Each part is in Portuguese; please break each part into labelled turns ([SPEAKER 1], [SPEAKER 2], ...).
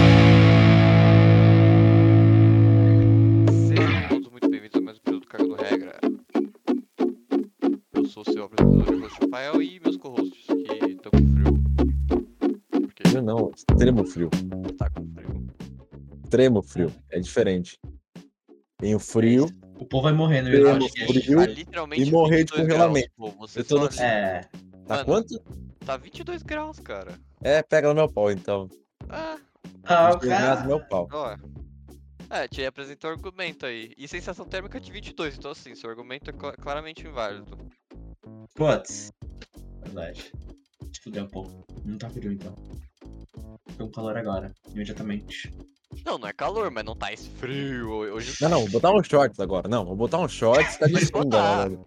[SPEAKER 1] um
[SPEAKER 2] Tremo frio. Tá com frio. Tremo frio. É diferente. Tem o frio.
[SPEAKER 3] O povo vai morrendo.
[SPEAKER 2] Pelo
[SPEAKER 3] Eu
[SPEAKER 2] amor
[SPEAKER 3] acho
[SPEAKER 2] de
[SPEAKER 3] que
[SPEAKER 2] Deus.
[SPEAKER 3] é
[SPEAKER 2] frio
[SPEAKER 1] tá literalmente
[SPEAKER 2] e morrer de
[SPEAKER 1] 22
[SPEAKER 2] congelamento.
[SPEAKER 1] graus, pô. Você
[SPEAKER 2] Eu tô
[SPEAKER 1] fala
[SPEAKER 2] no-
[SPEAKER 1] assim,
[SPEAKER 3] É,
[SPEAKER 2] Tá
[SPEAKER 1] Mano.
[SPEAKER 2] quanto?
[SPEAKER 1] Tá 22 graus, cara.
[SPEAKER 2] É, pega no meu pau, então.
[SPEAKER 1] Ah,
[SPEAKER 3] Ah, o
[SPEAKER 2] Os dois graus
[SPEAKER 3] cara.
[SPEAKER 2] no meu pau.
[SPEAKER 1] ó. É, te apresentou argumento aí. E sensação térmica de 22, então assim, seu argumento é cla- claramente inválido.
[SPEAKER 3] Putz. Verdade. Te fudeu um pouco. Não tá frio então. Tem um calor agora, imediatamente.
[SPEAKER 1] Não, não é calor, mas não tá esse frio. Hoje
[SPEAKER 2] Não, não, vou botar uns shorts agora. Não, vou botar uns shorts tá de
[SPEAKER 1] Vai
[SPEAKER 2] sunga,
[SPEAKER 1] botar.
[SPEAKER 2] velho.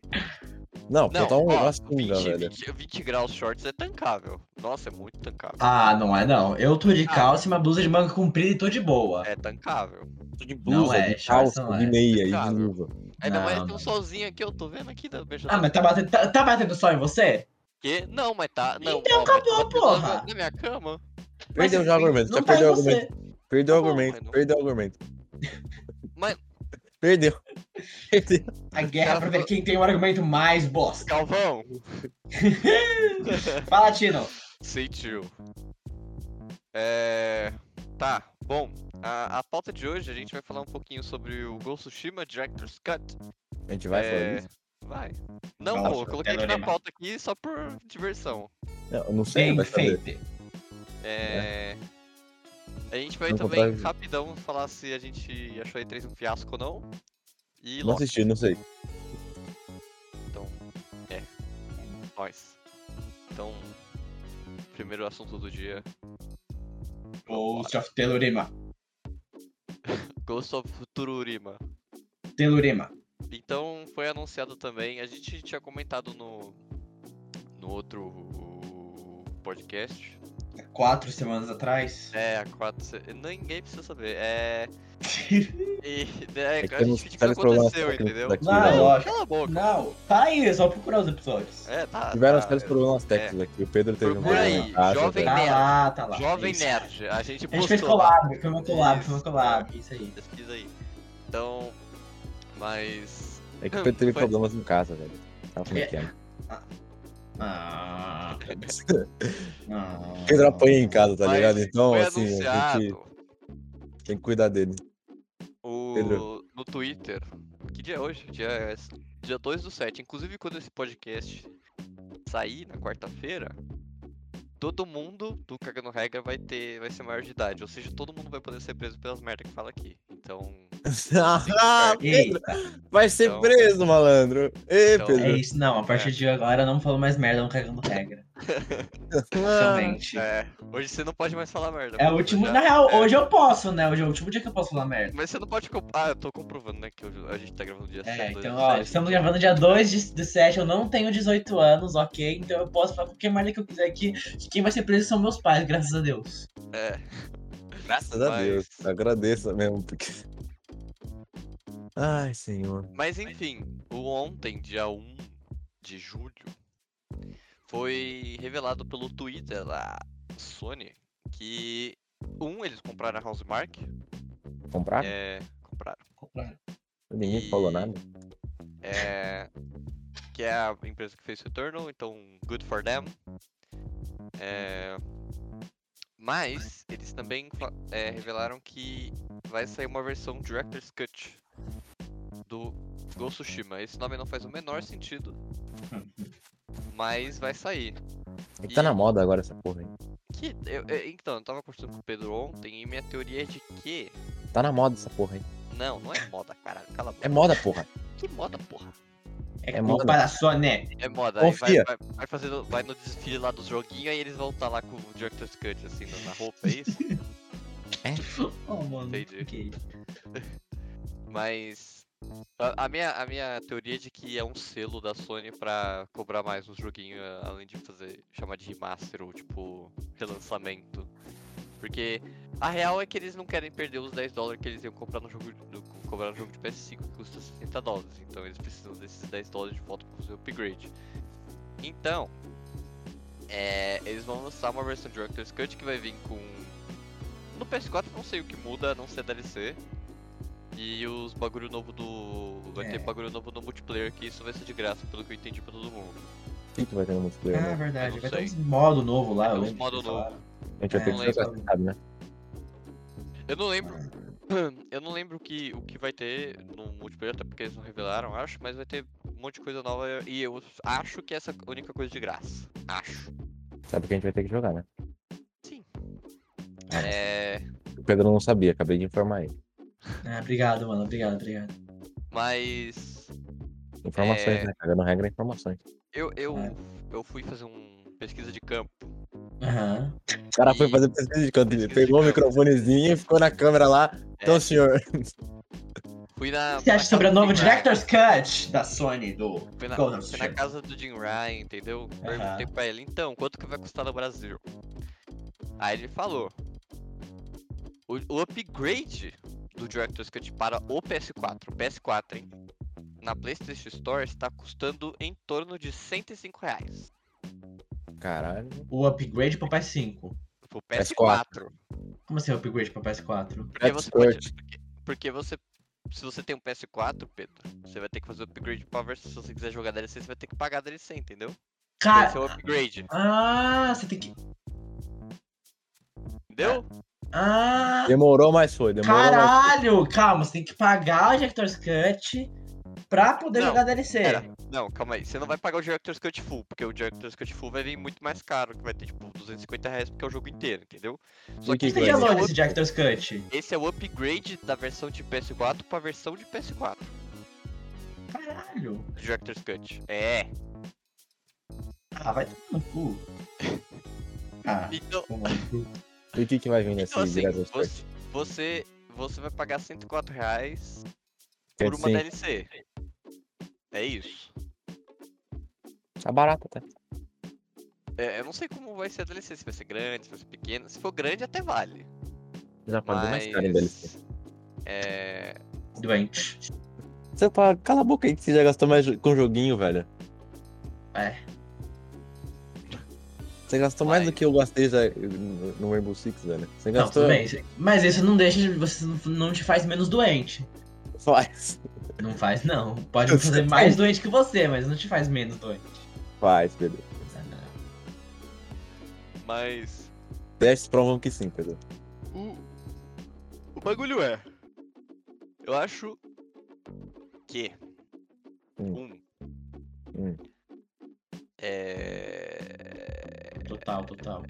[SPEAKER 2] Não,
[SPEAKER 1] Não,
[SPEAKER 2] botar um
[SPEAKER 1] ó,
[SPEAKER 2] uma sunga,
[SPEAKER 1] 20,
[SPEAKER 2] velho.
[SPEAKER 1] 20, 20 graus shorts é tancável. Nossa, é muito tancável.
[SPEAKER 3] Ah, não é não. Eu tô de
[SPEAKER 1] Ah.
[SPEAKER 3] calça e uma blusa de manga comprida e tô de boa.
[SPEAKER 1] É tancável.
[SPEAKER 2] De
[SPEAKER 3] Não
[SPEAKER 2] blusa,
[SPEAKER 3] é,
[SPEAKER 2] de
[SPEAKER 3] shorts
[SPEAKER 2] calça,
[SPEAKER 3] não
[SPEAKER 2] de
[SPEAKER 3] é.
[SPEAKER 2] meia e de
[SPEAKER 1] Cara.
[SPEAKER 2] luva.
[SPEAKER 1] Ainda mais
[SPEAKER 3] Não,
[SPEAKER 1] tem um
[SPEAKER 3] não.
[SPEAKER 1] solzinho aqui, eu tô vendo aqui da beijando.
[SPEAKER 3] Ah, mas tá batendo, tá, tá batendo sol em você?
[SPEAKER 1] Quê? Não, mas tá. Não,
[SPEAKER 3] Então
[SPEAKER 1] ó, mas
[SPEAKER 3] acabou,
[SPEAKER 1] tá batendo
[SPEAKER 3] porra.
[SPEAKER 1] Na na minha cama.
[SPEAKER 2] Perdeu
[SPEAKER 3] Mas
[SPEAKER 2] já o argumento.
[SPEAKER 3] Não
[SPEAKER 2] Já
[SPEAKER 3] tá em
[SPEAKER 2] perdeu o argumento.
[SPEAKER 3] você.
[SPEAKER 2] Perdeu o
[SPEAKER 1] Tá bom,
[SPEAKER 2] argumento.
[SPEAKER 1] mas não-
[SPEAKER 2] Perdeu o argumento.
[SPEAKER 1] Mas-
[SPEAKER 2] Perdeu. Perdeu.
[SPEAKER 3] A guerra pra ver quem tem o argumento mais bosta.
[SPEAKER 1] Calvão!
[SPEAKER 3] Fala, Tino.
[SPEAKER 1] Sentiu. É. Tá, bom. A, a pauta de hoje a gente vai falar um pouquinho sobre o Ghost Tsushima Director's Cut.
[SPEAKER 2] A gente vai
[SPEAKER 1] É,
[SPEAKER 2] falar isso?
[SPEAKER 1] Vai. Não,
[SPEAKER 3] Nossa,
[SPEAKER 1] pô, eu coloquei
[SPEAKER 3] quero
[SPEAKER 1] aqui na
[SPEAKER 3] lembrar.
[SPEAKER 1] pauta aqui só por diversão.
[SPEAKER 2] Não, eu não sei,
[SPEAKER 3] Bem
[SPEAKER 2] vai saber.
[SPEAKER 3] feito.
[SPEAKER 1] É. A gente vai
[SPEAKER 2] Não vou
[SPEAKER 1] também
[SPEAKER 2] dar-
[SPEAKER 1] rapidão falar se a gente achou a E3 um fiasco ou não. E
[SPEAKER 2] Não
[SPEAKER 1] Loki,
[SPEAKER 2] assisti, não sei.
[SPEAKER 1] então. É. Nós. Então. Primeiro assunto do dia.
[SPEAKER 3] Ghost of Telurima.
[SPEAKER 1] Ghost of Futururima.
[SPEAKER 3] Telurima.
[SPEAKER 1] Então foi anunciado também, a gente tinha comentado no, no outro podcast.
[SPEAKER 3] Quatro semanas atrás.
[SPEAKER 1] É, a 4. Ninguém precisa saber. É. E, né,
[SPEAKER 2] É que
[SPEAKER 1] a
[SPEAKER 2] temos
[SPEAKER 1] gente finge que não
[SPEAKER 2] sérios problemas
[SPEAKER 1] aconteceu,
[SPEAKER 2] técnicos
[SPEAKER 1] entendeu?
[SPEAKER 2] daqui, né?
[SPEAKER 3] Não,
[SPEAKER 2] velho.
[SPEAKER 3] lógico.
[SPEAKER 1] Cala a boca.
[SPEAKER 3] Não, tá aí, é só procurar os episódios.
[SPEAKER 1] É, tá.
[SPEAKER 2] Tiveram
[SPEAKER 1] tá,
[SPEAKER 2] sérios problemas técnicos aqui. O Pedro teve um
[SPEAKER 1] Procura
[SPEAKER 2] problema
[SPEAKER 1] aí,
[SPEAKER 2] na casa,
[SPEAKER 1] jovem
[SPEAKER 2] velho.
[SPEAKER 3] Tá
[SPEAKER 1] nerd.
[SPEAKER 3] lá, tá lá.
[SPEAKER 1] Jovem
[SPEAKER 3] Isso.
[SPEAKER 1] Nerd. A gente
[SPEAKER 3] A gente fez
[SPEAKER 1] postou lá. é.
[SPEAKER 3] collab, foi uma collab, foi uma collab, isso aí.
[SPEAKER 1] Pesquisa aí. então. Mas.
[SPEAKER 2] É que o Pedro teve
[SPEAKER 1] Foi.
[SPEAKER 2] problemas em casa, velho. Sabe como é
[SPEAKER 3] É.
[SPEAKER 2] que é? né?
[SPEAKER 3] Ah, ah.
[SPEAKER 2] O Pedro apanha em casa, tá
[SPEAKER 1] É. mas
[SPEAKER 2] ligado? Então,
[SPEAKER 1] foi
[SPEAKER 2] assim, a gente
[SPEAKER 1] anunciado
[SPEAKER 2] tem que cuidar dele.
[SPEAKER 1] O...
[SPEAKER 2] Pedro.
[SPEAKER 1] No Twitter. Que dia é hoje? Dia, é s- dia 2 do 7. Inclusive, quando esse podcast sair na quarta-feira, todo mundo do Cagando Regra vai ter. vai ser maior de idade. Ou seja, todo mundo vai poder ser preso pelas merdas que fala aqui. Então.
[SPEAKER 2] Ah, Pedro,
[SPEAKER 3] Eita,
[SPEAKER 2] vai ser
[SPEAKER 1] Então-
[SPEAKER 2] preso, malandro. Ê,
[SPEAKER 1] Então,
[SPEAKER 2] Pedro.
[SPEAKER 3] é isso, não. A partir de agora eu não falo mais merda, não cagando regra.
[SPEAKER 2] Ah,
[SPEAKER 3] Somente.
[SPEAKER 1] É, hoje você não pode mais falar merda.
[SPEAKER 3] É o
[SPEAKER 1] mano,
[SPEAKER 3] último.
[SPEAKER 1] já-
[SPEAKER 3] Na real,
[SPEAKER 1] é.
[SPEAKER 3] hoje eu posso, né? Hoje é o último dia que eu posso falar merda.
[SPEAKER 1] Mas você não pode. comp- Ah, eu tô comprovando, né? Que hoje a gente tá gravando dia
[SPEAKER 3] É,
[SPEAKER 1] 7, dois
[SPEAKER 3] então,
[SPEAKER 1] do
[SPEAKER 3] ó,
[SPEAKER 1] sete.
[SPEAKER 3] estamos gravando dia 2 de, de 7, eu não tenho 18 anos, ok? Então eu posso falar qualquer merda que eu quiser aqui. que Quem vai ser preso são meus pais, graças a Deus.
[SPEAKER 1] É.
[SPEAKER 2] Graças a
[SPEAKER 1] Mas-
[SPEAKER 2] Deus. Agradeça mesmo, porque. Ai, senhor.
[SPEAKER 1] Mas enfim, o ontem, dia 1 de julho, foi revelado pelo Twitter da Sony que um eles compraram a Housemark,
[SPEAKER 2] Comprar?
[SPEAKER 1] é, compraram,
[SPEAKER 2] Ninguém
[SPEAKER 1] e-
[SPEAKER 2] falou nada.
[SPEAKER 1] é, que é a empresa que fez Returnal, então good for them. É, mas eles também fa- é, revelaram que vai sair uma versão Director's Cut do Ghost of Tsushima. Esse nome não faz o menor sentido. Mas vai sair.
[SPEAKER 2] É que tá
[SPEAKER 1] E-
[SPEAKER 2] na moda agora essa porra aí.
[SPEAKER 1] Que, eu- eu- então, eu tava conversando com o Pedro ontem e minha teoria é de que.
[SPEAKER 2] Tá na moda essa porra aí.
[SPEAKER 1] Não, não é moda, caralho. Cala a boca.
[SPEAKER 2] É moda, porra.
[SPEAKER 1] Que moda, porra?
[SPEAKER 3] É
[SPEAKER 2] É
[SPEAKER 3] culpa
[SPEAKER 2] moda.
[SPEAKER 3] da né? Sony.
[SPEAKER 1] É moda. aí vai,
[SPEAKER 2] Confia.
[SPEAKER 1] vai, vai, fazendo, vai no desfile lá dos joguinhos e eles vão estar lá com o Director's Cut, assim, na na roupa, é isso?
[SPEAKER 3] Oh, mano.
[SPEAKER 1] Entendi.
[SPEAKER 3] ok.
[SPEAKER 1] Mas. A, a minha, a minha teoria é de que é um selo da Sony pra cobrar mais nos joguinhos, a- além de fazer chamar de remaster ou tipo relançamento. Porque a real é que eles não querem perder os 10 dólares que eles iam comprar no jogo, no, cobrar no jogo de PS5 que custa 60 dólares. Então eles precisam desses 10 dólares de volta pra fazer o upgrade. Então, é, eles vão lançar uma versão de Director's Cut que vai vir com. No PS4 eu não sei o que muda, a não ser DLC. E os bagulho novo do. Vai ter
[SPEAKER 3] É.
[SPEAKER 1] bagulho novo no multiplayer que isso vai ser de graça, pelo que eu entendi pra todo mundo.
[SPEAKER 2] O que, que vai ter no multiplayer?
[SPEAKER 3] Ah,
[SPEAKER 1] É,
[SPEAKER 2] né?
[SPEAKER 3] verdade.
[SPEAKER 1] não
[SPEAKER 3] Vai ter
[SPEAKER 1] sei.
[SPEAKER 3] uns modo novo lá.
[SPEAKER 1] Tem
[SPEAKER 3] eu
[SPEAKER 1] uns
[SPEAKER 3] lembro
[SPEAKER 1] modo
[SPEAKER 3] que falaram.
[SPEAKER 2] A gente vai
[SPEAKER 3] É,
[SPEAKER 2] ter que
[SPEAKER 1] lembro.
[SPEAKER 2] jogar, sabe, né?
[SPEAKER 1] Eu não lembro. Eu não lembro o que, o que vai ter no multiplayer, até porque eles não revelaram, acho, mas vai ter um monte de coisa nova e eu acho que essa é a única coisa de graça. Acho.
[SPEAKER 2] Sabe que a gente vai ter que jogar, né?
[SPEAKER 1] Sim.
[SPEAKER 2] Ah, mas
[SPEAKER 1] É.
[SPEAKER 2] O Pedro não sabia, acabei de informar ele.
[SPEAKER 3] Ah, obrigado, mano. Obrigado, obrigado.
[SPEAKER 1] Mas.
[SPEAKER 2] Informações,
[SPEAKER 1] É.
[SPEAKER 2] né? Cagando regra é informações.
[SPEAKER 1] Eu, eu,
[SPEAKER 3] É.
[SPEAKER 1] eu fui fazer um pesquisa de campo.
[SPEAKER 3] Aham.
[SPEAKER 2] O cara foi
[SPEAKER 1] E-
[SPEAKER 2] fazer pesquisa de canto, ele
[SPEAKER 1] pesquisa de
[SPEAKER 2] pegou o
[SPEAKER 1] canto.
[SPEAKER 2] microfonezinho e ficou na câmera lá.
[SPEAKER 1] É.
[SPEAKER 2] Então, senhor,
[SPEAKER 1] Fui na.
[SPEAKER 3] O que você acha
[SPEAKER 1] na
[SPEAKER 3] sobre o
[SPEAKER 1] casa do
[SPEAKER 3] novo
[SPEAKER 1] Jim
[SPEAKER 3] Director's Cut da Sony do
[SPEAKER 1] Ryan. Fui na,
[SPEAKER 3] Golden
[SPEAKER 1] fui na
[SPEAKER 3] Sphere?
[SPEAKER 1] casa do Jim Ryan, entendeu? Perguntei pra ele, então, quanto que vai custar no Brasil? Aí ele falou. O, o upgrade do Director's Cut para o PS4, PS4, hein? Na PlayStation Store está custando em torno de 105 reais.
[SPEAKER 2] caralho.
[SPEAKER 3] O upgrade pra PS5.
[SPEAKER 1] Pro
[SPEAKER 2] PS4.
[SPEAKER 1] PS4.
[SPEAKER 3] Como assim o upgrade pra PS4?
[SPEAKER 1] Porque
[SPEAKER 2] That's
[SPEAKER 1] você pode,
[SPEAKER 2] good.
[SPEAKER 1] porque, porque você. Se você tem um PS4, Pedro, você vai ter que fazer o upgrade pra versão. Se você quiser jogar DLC, você vai ter que pagar DLC, entendeu?
[SPEAKER 3] Cara.
[SPEAKER 1] Esse é o upgrade.
[SPEAKER 3] Ah, você tem que.
[SPEAKER 1] Entendeu?
[SPEAKER 3] Ah!
[SPEAKER 2] Demorou, mas foi. Demorou, mas foi.
[SPEAKER 3] Caralho! Calma, você tem que pagar o Director's Cut pra poder
[SPEAKER 1] Não,
[SPEAKER 3] jogar DLC.
[SPEAKER 1] pera. Não, calma aí. Você não vai pagar o Director's Cut Full, porque o Director's Cut Full vai vir muito mais caro, que vai ter tipo 250 reais porque é o jogo inteiro, entendeu? Só
[SPEAKER 2] E
[SPEAKER 1] que esse
[SPEAKER 2] que
[SPEAKER 3] Você
[SPEAKER 2] coisa?
[SPEAKER 3] já
[SPEAKER 1] é,
[SPEAKER 3] logo
[SPEAKER 1] o,
[SPEAKER 3] esse Director's Cut.
[SPEAKER 1] esse é o upgrade da versão de PS4 pra versão de PS4.
[SPEAKER 3] Caralho!
[SPEAKER 1] do Director's Cut. É.
[SPEAKER 3] Ah, vai tomar no cu. Ah,
[SPEAKER 1] Então,
[SPEAKER 3] tomar no cu.
[SPEAKER 2] E o que, que vai vir nesse
[SPEAKER 1] então assim,
[SPEAKER 2] Director's Cut?
[SPEAKER 1] você, você, você vai pagar 104 reais
[SPEAKER 2] Quer
[SPEAKER 1] por uma
[SPEAKER 2] dizer,
[SPEAKER 1] DLC. É isso.
[SPEAKER 2] Tá barato até.
[SPEAKER 1] É, eu não sei como vai ser a DLC, se vai ser grande, se vai ser pequena. Se for grande, até vale.
[SPEAKER 2] Já pagou mais caro em DLC.
[SPEAKER 1] Mas. É.
[SPEAKER 3] Doente.
[SPEAKER 2] Você paga... Cala a boca aí que você já gastou mais jo- com joguinho, velho.
[SPEAKER 3] É.
[SPEAKER 2] Você gastou mais do
[SPEAKER 1] Mas-
[SPEAKER 2] que eu gastei já no no Rainbow Six, velho. Você
[SPEAKER 3] Não,
[SPEAKER 2] gastou.
[SPEAKER 3] tudo bem. isso- Mas isso não deixa. de- Você não- não te faz menos doente.
[SPEAKER 2] Faz.
[SPEAKER 3] Não faz, não. Pode
[SPEAKER 2] Eu
[SPEAKER 3] fazer
[SPEAKER 2] sei.
[SPEAKER 3] mais doente que você, mas não te faz menos doente.
[SPEAKER 2] Faz, Pedro.
[SPEAKER 1] Mas.
[SPEAKER 2] Testes provam que sim, Pedro.
[SPEAKER 1] O, o bagulho é. Eu acho que.
[SPEAKER 2] Hum.
[SPEAKER 1] Um.
[SPEAKER 2] Hum.
[SPEAKER 1] É.
[SPEAKER 3] Total, total.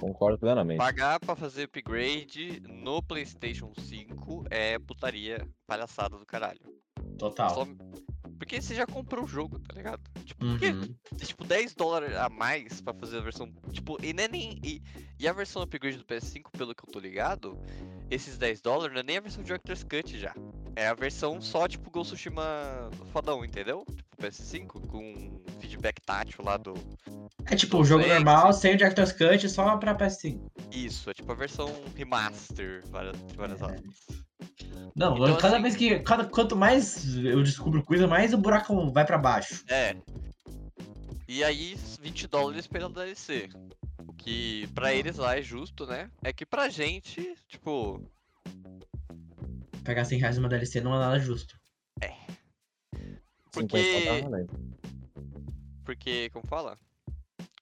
[SPEAKER 2] Concordo plenamente.
[SPEAKER 1] Pagar pra fazer upgrade no PlayStation 5 é putaria, palhaçada do caralho.
[SPEAKER 3] Total.
[SPEAKER 1] Só- Porque você já comprou o jogo, tá ligado? Tipo, por que
[SPEAKER 3] Uhum.
[SPEAKER 1] é tipo 10 dólares a mais pra fazer a versão. Tipo, e não é nem. E, e a versão upgrade do PS5, pelo que eu tô ligado, esses 10 dólares não é nem a versão Director's Cut já. É a versão só, tipo, Ghost of Tsushima fodão, entendeu? Tipo, PS5, com feedback tátil lá do.
[SPEAKER 3] É tipo o jogo
[SPEAKER 1] Doente.
[SPEAKER 3] normal, sem o Director's Cut, só pra PS5.
[SPEAKER 1] Isso, é tipo a versão remaster, várias, várias
[SPEAKER 3] É.
[SPEAKER 1] horas.
[SPEAKER 3] Não,
[SPEAKER 1] Então,
[SPEAKER 3] cada
[SPEAKER 1] assim-
[SPEAKER 3] vez que. Cada, quanto mais eu descubro coisa, mais o buraco vai pra baixo.
[SPEAKER 1] É. E aí, 20 dólares pela DLC. O que pra eles lá é justo, né? É que pra gente, tipo.
[SPEAKER 3] Pegar 100 reais numa DLC não é nada justo.
[SPEAKER 1] porque-
[SPEAKER 2] 50 tava tá valendo.
[SPEAKER 1] Porque, como fala?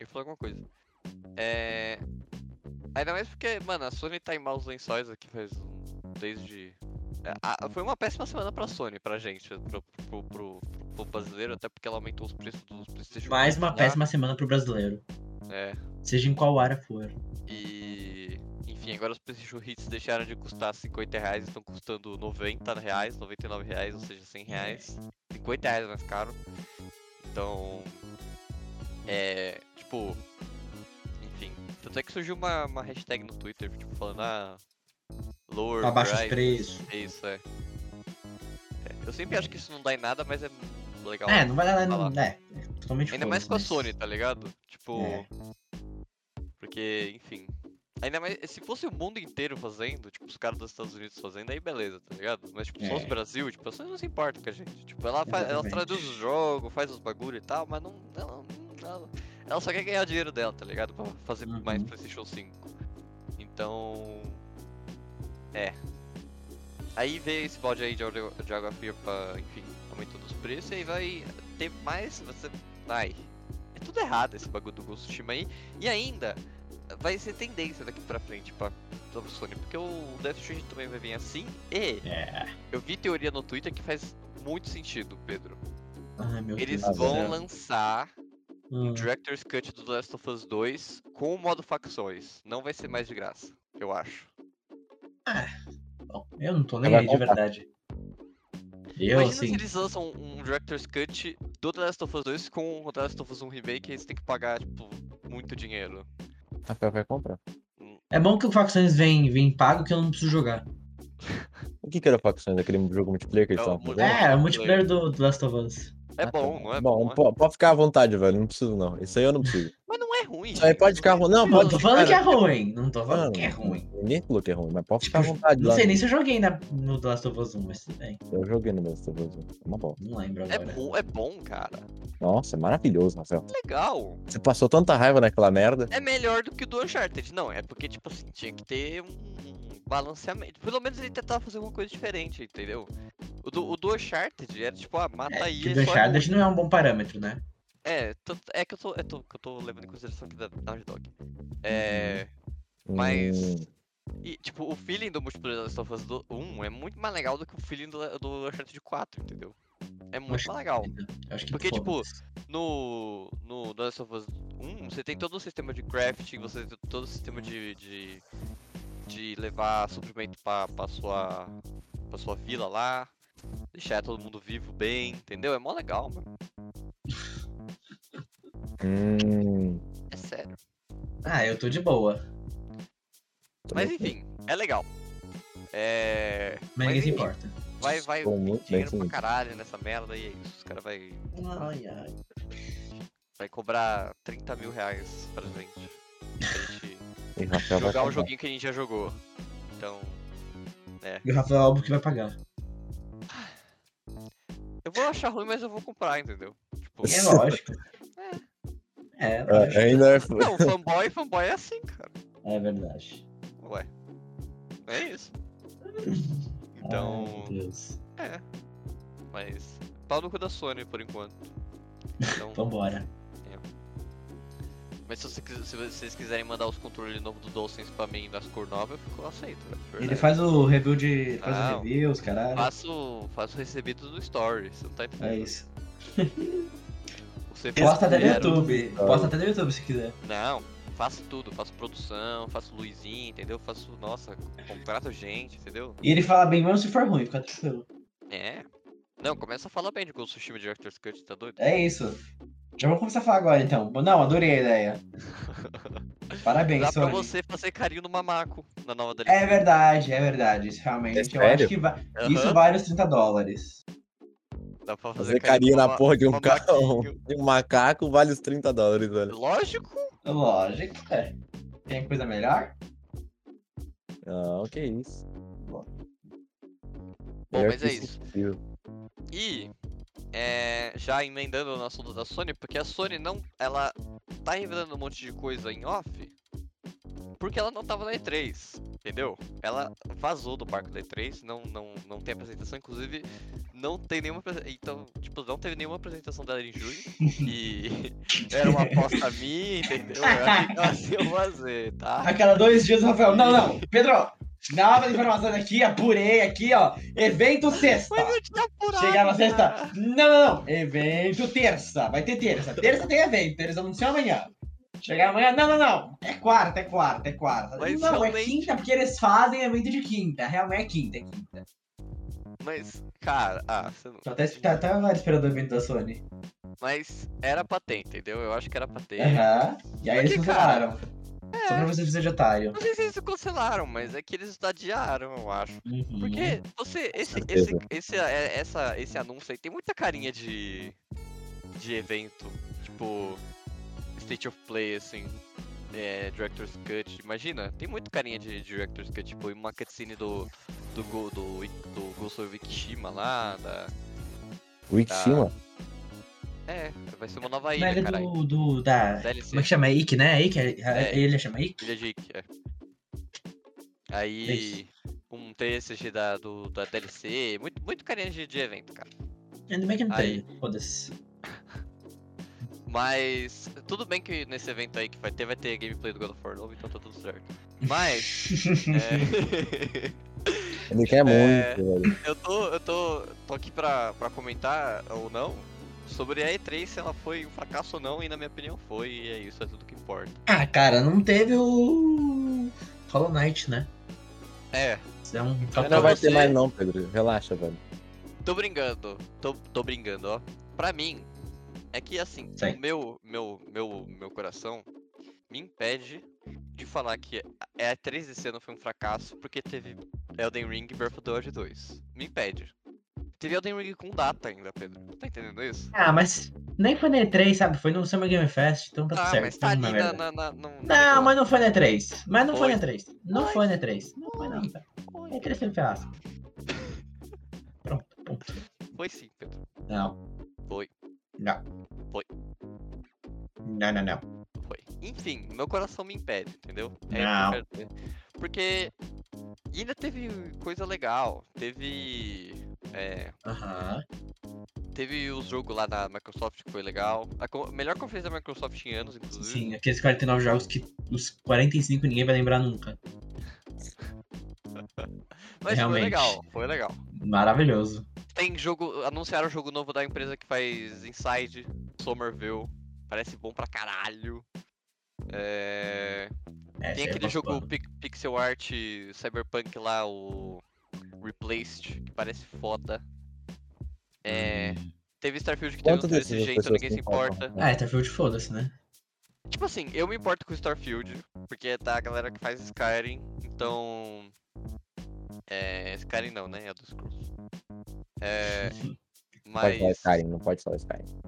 [SPEAKER 1] Ele falou alguma coisa. É. Ainda mais porque, mano, a Sony tá em maus lençóis aqui faz um. Desde. é, a- foi uma péssima semana pra Sony, pra gente, pro, pro, pro- pro brasileiro, até porque ela aumentou os preços dos PlayStation.
[SPEAKER 3] Mais
[SPEAKER 1] 4
[SPEAKER 3] uma
[SPEAKER 1] lá,
[SPEAKER 3] péssima semana pro brasileiro.
[SPEAKER 1] É.
[SPEAKER 3] Seja em qual área for.
[SPEAKER 1] E. Enfim, agora os PlayStation Hits deixaram de custar 50 reais, estão custando 90 reais, 99 reais, ou seja, 100 reais. 50 reais é mais caro. Então. É. Tipo. Enfim. Tanto é que surgiu uma, uma hashtag no Twitter, tipo, falando, ah. Lower.
[SPEAKER 3] Pra Tá baixo os
[SPEAKER 1] price",
[SPEAKER 3] preços.
[SPEAKER 1] É isso, é. É, Eu sempre acho que isso não dá em nada, mas é legal.
[SPEAKER 3] É, não vai dar
[SPEAKER 1] falar.
[SPEAKER 3] nada. É, é totalmente
[SPEAKER 1] Ainda mais
[SPEAKER 3] foda-se,
[SPEAKER 1] com a
[SPEAKER 3] mas-
[SPEAKER 1] Sony, tá ligado? Tipo.
[SPEAKER 3] É.
[SPEAKER 1] Porque, enfim. Ainda mais. Se fosse o mundo inteiro fazendo, tipo, os caras dos Estados Unidos fazendo, aí beleza, tá ligado? Mas, tipo, só os
[SPEAKER 3] É.
[SPEAKER 1] Brasil, tipo, a Sony não se importa com a gente. Tipo, ela, faz, ela
[SPEAKER 3] Exatamente.
[SPEAKER 1] traduz os jogos, faz os bagulho e tal, mas não. Ela, não- ela, ela só quer ganhar dinheiro dela, tá ligado? Pra fazer
[SPEAKER 3] Uhum.
[SPEAKER 1] mais PlayStation 5. Então. É. Aí veio esse balde aí de água de água fria pra, enfim, aumentando os preços, e aí vai ter mais. Você. Ai. É tudo errado esse bagulho do Ghost of Tsushima aí. E ainda, vai ser tendência daqui pra frente pra, pra Sony, porque o Death Stranding também vai vir assim, e
[SPEAKER 3] É.
[SPEAKER 1] eu vi teoria no Twitter que faz muito sentido, Pedro.
[SPEAKER 3] Ai, meu
[SPEAKER 1] Eles
[SPEAKER 3] Deus. do
[SPEAKER 1] vão
[SPEAKER 2] Ah,
[SPEAKER 3] céu.
[SPEAKER 1] lançar um
[SPEAKER 2] Hum.
[SPEAKER 3] Ah,
[SPEAKER 1] Director's Cut do The Last of Us 2 com o modo facções. Não vai ser mais de graça, eu acho.
[SPEAKER 3] bom, Eu não tô nem
[SPEAKER 2] Vai
[SPEAKER 3] aí de
[SPEAKER 2] comprar.
[SPEAKER 3] verdade.
[SPEAKER 1] Imagina
[SPEAKER 3] Eu, assim.
[SPEAKER 1] se eles lançam um Director's Cut do The Last of Us 2 com o The Last of Us 1 Remake e eles têm que pagar, tipo, muito dinheiro.
[SPEAKER 2] Rafael vai comprar.
[SPEAKER 3] É bom que o Facções vem, vem pago que eu não preciso jogar.
[SPEAKER 2] O que que era Factions? Aquele jogo multiplayer que eles
[SPEAKER 1] É, o
[SPEAKER 2] estavam fazendo?
[SPEAKER 1] multiplayer.
[SPEAKER 3] É, é o multiplayer do, do Last of Us.
[SPEAKER 1] É
[SPEAKER 2] Ah, tá.
[SPEAKER 1] bom, não é bom?
[SPEAKER 2] Bom, po- pode ficar à vontade, velho. Não preciso, não. Isso aí eu não preciso.
[SPEAKER 1] Mas não é ruim.
[SPEAKER 2] Isso aí
[SPEAKER 1] gente,
[SPEAKER 2] pode ficar ruim. Não,
[SPEAKER 3] Não,
[SPEAKER 2] pode
[SPEAKER 3] tô falando
[SPEAKER 2] ficar.
[SPEAKER 3] que é ruim. Não tô
[SPEAKER 2] Mano,
[SPEAKER 3] falando que é ruim.
[SPEAKER 2] Ninguém falou que é ruim, mas pode
[SPEAKER 3] Tipo,
[SPEAKER 2] ficar à vontade
[SPEAKER 3] Não
[SPEAKER 2] lá.
[SPEAKER 3] sei nem se eu joguei na, no The Last of Us 1, mas tudo bem.
[SPEAKER 2] Eu joguei no Last of Us. É uma bola.
[SPEAKER 3] Não lembro
[SPEAKER 1] É
[SPEAKER 3] agora.
[SPEAKER 1] bom, é bom, cara.
[SPEAKER 2] Nossa, é maravilhoso, Rafael.
[SPEAKER 1] Legal.
[SPEAKER 2] Você passou tanta raiva naquela merda.
[SPEAKER 1] É melhor do que o do Uncharted. Não, é porque, tipo assim, tinha que ter um balanceamento. Pelo menos ele tentava fazer alguma coisa diferente, entendeu? O do, o do Uncharted era tipo, ah, mata
[SPEAKER 3] É,
[SPEAKER 1] aí.
[SPEAKER 3] que o
[SPEAKER 1] é
[SPEAKER 3] do
[SPEAKER 1] só
[SPEAKER 3] Uncharted
[SPEAKER 1] ruim.
[SPEAKER 3] não é um bom parâmetro, né?
[SPEAKER 1] É, tô- é que eu tô, é tô- que eu tô levando em consideração aqui da da Naughty Dog. É. Mas.
[SPEAKER 2] Hum,
[SPEAKER 1] E, tipo, o feeling do multiplayer da Last of Us do 1 é muito mais legal do que o feeling do, do Uncharted 4, entendeu? É muito
[SPEAKER 3] Acho-
[SPEAKER 1] mais legal.
[SPEAKER 3] Eu acho que
[SPEAKER 1] Porque, tipo,
[SPEAKER 3] foda-se.
[SPEAKER 1] no, no The Last of Us 1, você tem todo o sistema de crafting, você tem todo o sistema de. de, de levar suprimento pra, pra, sua, pra sua vila lá, deixar todo mundo vivo bem, entendeu? É mó legal, mano.
[SPEAKER 2] hum,
[SPEAKER 1] É sério.
[SPEAKER 3] Ah, eu tô de boa.
[SPEAKER 2] tô
[SPEAKER 1] Mas
[SPEAKER 2] muito-
[SPEAKER 1] enfim, é legal. É.
[SPEAKER 3] Mas, ninguém se
[SPEAKER 1] enfim,
[SPEAKER 3] importa.
[SPEAKER 1] Vai, vai,
[SPEAKER 2] Tô muito
[SPEAKER 1] tem
[SPEAKER 2] bem
[SPEAKER 1] dinheiro
[SPEAKER 2] com
[SPEAKER 1] pra
[SPEAKER 2] isso.
[SPEAKER 1] caralho nessa merda e é isso. Os caras vai,
[SPEAKER 3] Ai, ai.
[SPEAKER 1] vai cobrar 30 mil reais pra gente. Pra gente
[SPEAKER 2] E Rafael vai
[SPEAKER 1] jogar um
[SPEAKER 2] comprar.
[SPEAKER 1] joguinho que a gente já jogou. Então.
[SPEAKER 3] E o Rafael Albuquerque vai pagar.
[SPEAKER 1] Eu vou achar ruim, mas eu vou comprar, entendeu? Tipo,
[SPEAKER 3] É lógico. É, é lógico.
[SPEAKER 2] É, ainda é...
[SPEAKER 1] não, fanboy, fanboy é assim, cara.
[SPEAKER 3] É verdade.
[SPEAKER 1] Ué. É isso. Então.
[SPEAKER 3] Ai,
[SPEAKER 2] Ah,
[SPEAKER 3] meu Deus.
[SPEAKER 1] Mas. Pau no cu da Sony por enquanto. Então,
[SPEAKER 3] Vambora.
[SPEAKER 1] mas se, você quiser- se vocês quiserem mandar os controles novos do DualSense pra mim das cor novas, eu fico- eu aceito. né? velho, de
[SPEAKER 3] Ele
[SPEAKER 1] verdade.
[SPEAKER 3] faz o review de. Faz
[SPEAKER 1] Não.
[SPEAKER 3] o review, os caralho.
[SPEAKER 1] Faço, faço recebido no story, você não tá entendendo.
[SPEAKER 3] É isso.
[SPEAKER 1] Você
[SPEAKER 3] Posta até no
[SPEAKER 2] fizeram-
[SPEAKER 3] YouTube.
[SPEAKER 2] Não.
[SPEAKER 3] Posta até no YouTube se quiser.
[SPEAKER 1] Não, faço tudo, faço produção, faço luzinha, entendeu? Faço, nossa, contrato gente, entendeu?
[SPEAKER 3] E ele fala bem mesmo se for ruim, fica tranquilo.
[SPEAKER 1] É. Não, começa a falar bem de Ghost of Tsushima Director's Cut, tá doido?
[SPEAKER 3] É isso. Já vou começar a falar agora então. Não, adorei a ideia. Parabéns,
[SPEAKER 1] Dá pra
[SPEAKER 3] Sony.
[SPEAKER 1] você fazer carinho no mamaco na nova DLC.
[SPEAKER 3] É verdade, é verdade. Isso
[SPEAKER 2] É
[SPEAKER 3] realmente. eu
[SPEAKER 2] sério?
[SPEAKER 3] acho que vai.
[SPEAKER 1] Aham,
[SPEAKER 3] Isso vale os 30 dólares.
[SPEAKER 1] Dá pra fazer,
[SPEAKER 2] Fazer carinho na
[SPEAKER 1] ma-
[SPEAKER 2] porra de um carro.
[SPEAKER 1] mamaquinho.
[SPEAKER 2] De um macaco vale os 30 dólares, velho.
[SPEAKER 1] Lógico.
[SPEAKER 3] Lógico, é. Tem coisa melhor?
[SPEAKER 2] Ah, que isso.
[SPEAKER 1] Bom,
[SPEAKER 2] Melhor
[SPEAKER 1] mas
[SPEAKER 2] que
[SPEAKER 1] é isso.
[SPEAKER 2] possível.
[SPEAKER 1] E é, já emendando no assunto da Sony, porque a Sony não. Ela tá revelando um monte de coisa em off. Porque ela não tava na E3, entendeu? Ela vazou do barco da E3, não, não, não tem apresentação, inclusive não tem nenhuma apresen- Então, tipo, não teve nenhuma apresentação dela em julho. E era uma aposta minha, entendeu? Eu achei que ela ia fazer, tá?
[SPEAKER 3] A cada dois dias, o Rafael. Não, não, Pedro, nova informação aqui, apurei aqui, ó. Evento sexta.
[SPEAKER 1] Mas eu tinha apurado.
[SPEAKER 3] Chegar tá. na
[SPEAKER 1] cara.
[SPEAKER 3] sexta. Não, não, não. Evento terça. Vai ter terça. Terça tem evento. Eles anunciam amanhã. Chegar amanhã. Não, não, não. É quarta, é quarta, é quarta.
[SPEAKER 1] Mas
[SPEAKER 3] não, é
[SPEAKER 1] realmente-
[SPEAKER 3] quinta, porque eles fazem evento de quinta. Realmente é quinta, é quinta.
[SPEAKER 1] Mas, cara, ah, você não.
[SPEAKER 3] Tô até, tá- tava lá esperando o evento da Sony.
[SPEAKER 1] Mas era pra ter, entendeu? Eu acho que era pra ter.
[SPEAKER 3] Aham. E aí
[SPEAKER 1] Porque,
[SPEAKER 3] eles cancelaram.
[SPEAKER 1] É,
[SPEAKER 3] Só pra você fazer de otário.
[SPEAKER 1] Não sei se eles cancelaram, mas é que eles adiaram, eu acho.
[SPEAKER 3] Uhum.
[SPEAKER 1] Porque você. Esse, esse,
[SPEAKER 2] certeza.
[SPEAKER 1] esse, é- essa, esse anúncio aí tem muita carinha de. de evento. Tipo. State of Play, assim. É, Director's Cut, imagina? Tem muito carinha de Director's Cut, tipo, uma cutscene do. do, Go- do, do Ghost of Ikishima lá, da.
[SPEAKER 2] O
[SPEAKER 1] Tá.
[SPEAKER 2] Ikishima?
[SPEAKER 1] É, vai ser uma nova
[SPEAKER 3] Não,
[SPEAKER 1] ilha,
[SPEAKER 3] ele é
[SPEAKER 1] caralho.
[SPEAKER 3] do, do- da.
[SPEAKER 1] DLC,
[SPEAKER 3] Como é que chama? É Ike, né? É Ike? É-
[SPEAKER 1] É.
[SPEAKER 3] Ele chama Ike?
[SPEAKER 1] Ilha de Ikki, é. Aí. Um TCG da, do, da DLC, muito, muito carinha de, de evento, cara.
[SPEAKER 3] Ainda bem que não
[SPEAKER 1] Aí.
[SPEAKER 3] tem. Foda-se.
[SPEAKER 1] Mas tudo bem que nesse evento aí que vai ter, vai ter gameplay do God of War novo, então tá tudo certo. Mas. é,
[SPEAKER 2] Ele quer
[SPEAKER 1] É.
[SPEAKER 2] muito, velho.
[SPEAKER 1] eu tô, eu tô, tô aqui pra, pra comentar ou não sobre a E3, se ela foi um fracasso ou não, e na minha opinião foi, e é isso, é tudo que importa.
[SPEAKER 3] Ah, cara, não teve o. Hollow Knight, né?
[SPEAKER 1] É,
[SPEAKER 3] Isso é um.
[SPEAKER 1] Então
[SPEAKER 2] Não
[SPEAKER 1] pra
[SPEAKER 2] vai
[SPEAKER 1] você-
[SPEAKER 2] ter mais não, Pedro. Relaxa, velho.
[SPEAKER 1] tô brincando, tô, tô brincando, ó. Pra mim, é que assim,
[SPEAKER 3] Sim.
[SPEAKER 1] o meu, meu, meu, meu coração me impede de falar que é a a E3 desse ano foi um fracasso porque teve Elden Ring e Breath of the Wild 2. Me impede. Teve Elden Ring com data ainda, Pedro. Tá entendendo isso?
[SPEAKER 3] Ah, mas nem foi na E3, sabe? Foi no Summer Game Fest, então tá tudo
[SPEAKER 1] Ah,
[SPEAKER 3] certo.
[SPEAKER 1] mas tá ali
[SPEAKER 3] na
[SPEAKER 1] na.
[SPEAKER 3] verdade.
[SPEAKER 1] na, na- no-
[SPEAKER 3] Não,
[SPEAKER 1] no-
[SPEAKER 3] mas não foi na E3. Mas não foi,
[SPEAKER 1] Foi.
[SPEAKER 3] na E3. Não
[SPEAKER 1] Foi.
[SPEAKER 3] foi na E3. Não foi, não. cara.
[SPEAKER 1] Foi,
[SPEAKER 3] E3 foi um fiasco. Pronto, ponto.
[SPEAKER 1] foi sim, Pedro.
[SPEAKER 3] Não.
[SPEAKER 1] Foi.
[SPEAKER 3] Não.
[SPEAKER 1] Foi.
[SPEAKER 3] Não, não, não.
[SPEAKER 1] Foi. Enfim, meu coração me impede, entendeu? É
[SPEAKER 3] Não.
[SPEAKER 1] isso que eu quero dizer. Porque ainda teve coisa legal. Teve. é,
[SPEAKER 3] Aham.
[SPEAKER 1] teve o jogo lá da Microsoft que foi legal. A co- melhor conferência da Microsoft em anos, inclusive.
[SPEAKER 3] Sim, aqueles 49 jogos que os 45 ninguém vai lembrar nunca.
[SPEAKER 1] Mas
[SPEAKER 3] realmente.
[SPEAKER 1] foi legal, foi legal.
[SPEAKER 3] Maravilhoso.
[SPEAKER 1] Tem jogo. Anunciaram o jogo novo da empresa que faz Inside, Somerville. Parece bom pra caralho. É. Tem
[SPEAKER 3] É, isso aí eu
[SPEAKER 1] aquele
[SPEAKER 3] posso
[SPEAKER 1] jogo
[SPEAKER 3] falar.
[SPEAKER 1] pic- pixel art cyberpunk lá, o Replaced, que parece foda. É, teve Starfield que teve
[SPEAKER 2] Quanto
[SPEAKER 1] um desse
[SPEAKER 2] desses
[SPEAKER 1] jeito,
[SPEAKER 2] Hum. pessoas
[SPEAKER 1] ninguém
[SPEAKER 2] que
[SPEAKER 1] se importa.
[SPEAKER 2] importam?
[SPEAKER 3] Ah, Starfield foda-se, né?
[SPEAKER 1] Tipo assim, eu me importo com Starfield, porque é da galera que faz Skyrim, então... É, Skyrim não, né? É dos Scrolls. É,
[SPEAKER 2] Pode falar
[SPEAKER 1] mas...
[SPEAKER 2] Skyrim, não pode falar Skyrim.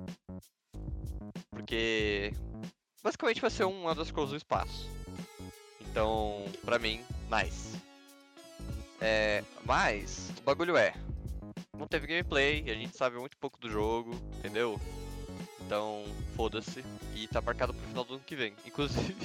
[SPEAKER 1] Porque basicamente vai ser um Elder Scrolls do espaço. Então, pra mim, nice. É, mas o bagulho é, não teve gameplay, a gente sabe muito pouco do jogo, entendeu? Então, foda-se. E tá marcado pro final do ano que vem. Inclusive,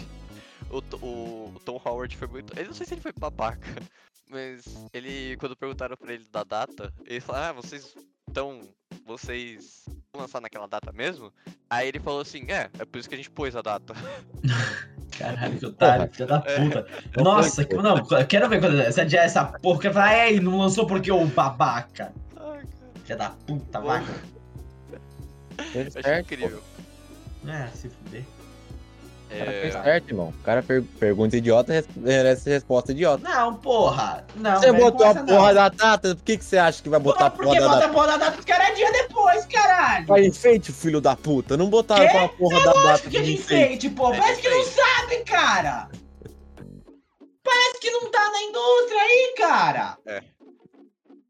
[SPEAKER 1] o, To- o- o Tom Howard foi muito. Eu não sei se ele foi babaca, mas ele, quando perguntaram pra ele da data, ele falou: Ah, vocês estão. Vocês vão lançar naquela data mesmo? Aí ele falou assim, é, é por isso que a gente pôs a data.
[SPEAKER 3] Caralho, que otário, filha da puta. Nossa, que- É. não, tipo- eu quero ver quando essa dia essa porra. Quero falar, ei, não lançou porque o babaca.
[SPEAKER 1] Ai, cara.
[SPEAKER 3] Filha da puta,
[SPEAKER 1] Bom,
[SPEAKER 3] vaca.
[SPEAKER 2] Fez
[SPEAKER 1] eu achei
[SPEAKER 2] certo, pô.
[SPEAKER 1] é incrível.
[SPEAKER 3] Ah, se fuder.
[SPEAKER 2] O cara
[SPEAKER 1] É,
[SPEAKER 2] fez certo, irmão. O cara per- pergunta idiota, res- merece resposta idiota.
[SPEAKER 3] Não, porra. Não,
[SPEAKER 2] Você
[SPEAKER 3] não é
[SPEAKER 2] botou a
[SPEAKER 3] coisa,
[SPEAKER 2] porra
[SPEAKER 3] não.
[SPEAKER 2] da data, por que, que você acha que vai botar a
[SPEAKER 3] Porra,
[SPEAKER 2] porra
[SPEAKER 3] porque
[SPEAKER 2] da
[SPEAKER 3] bota
[SPEAKER 2] data?
[SPEAKER 3] a porra da data dos caras dia depois, caralho.
[SPEAKER 2] Pra enfeite, filho da puta. Não botaram
[SPEAKER 3] Quê?
[SPEAKER 2] aquela porra da data
[SPEAKER 3] Lógico que é de
[SPEAKER 2] de
[SPEAKER 3] enfeite, pô.
[SPEAKER 1] É
[SPEAKER 3] Parece que não
[SPEAKER 1] diferente.
[SPEAKER 3] sabe, cara. Parece que não tá na indústria aí, cara.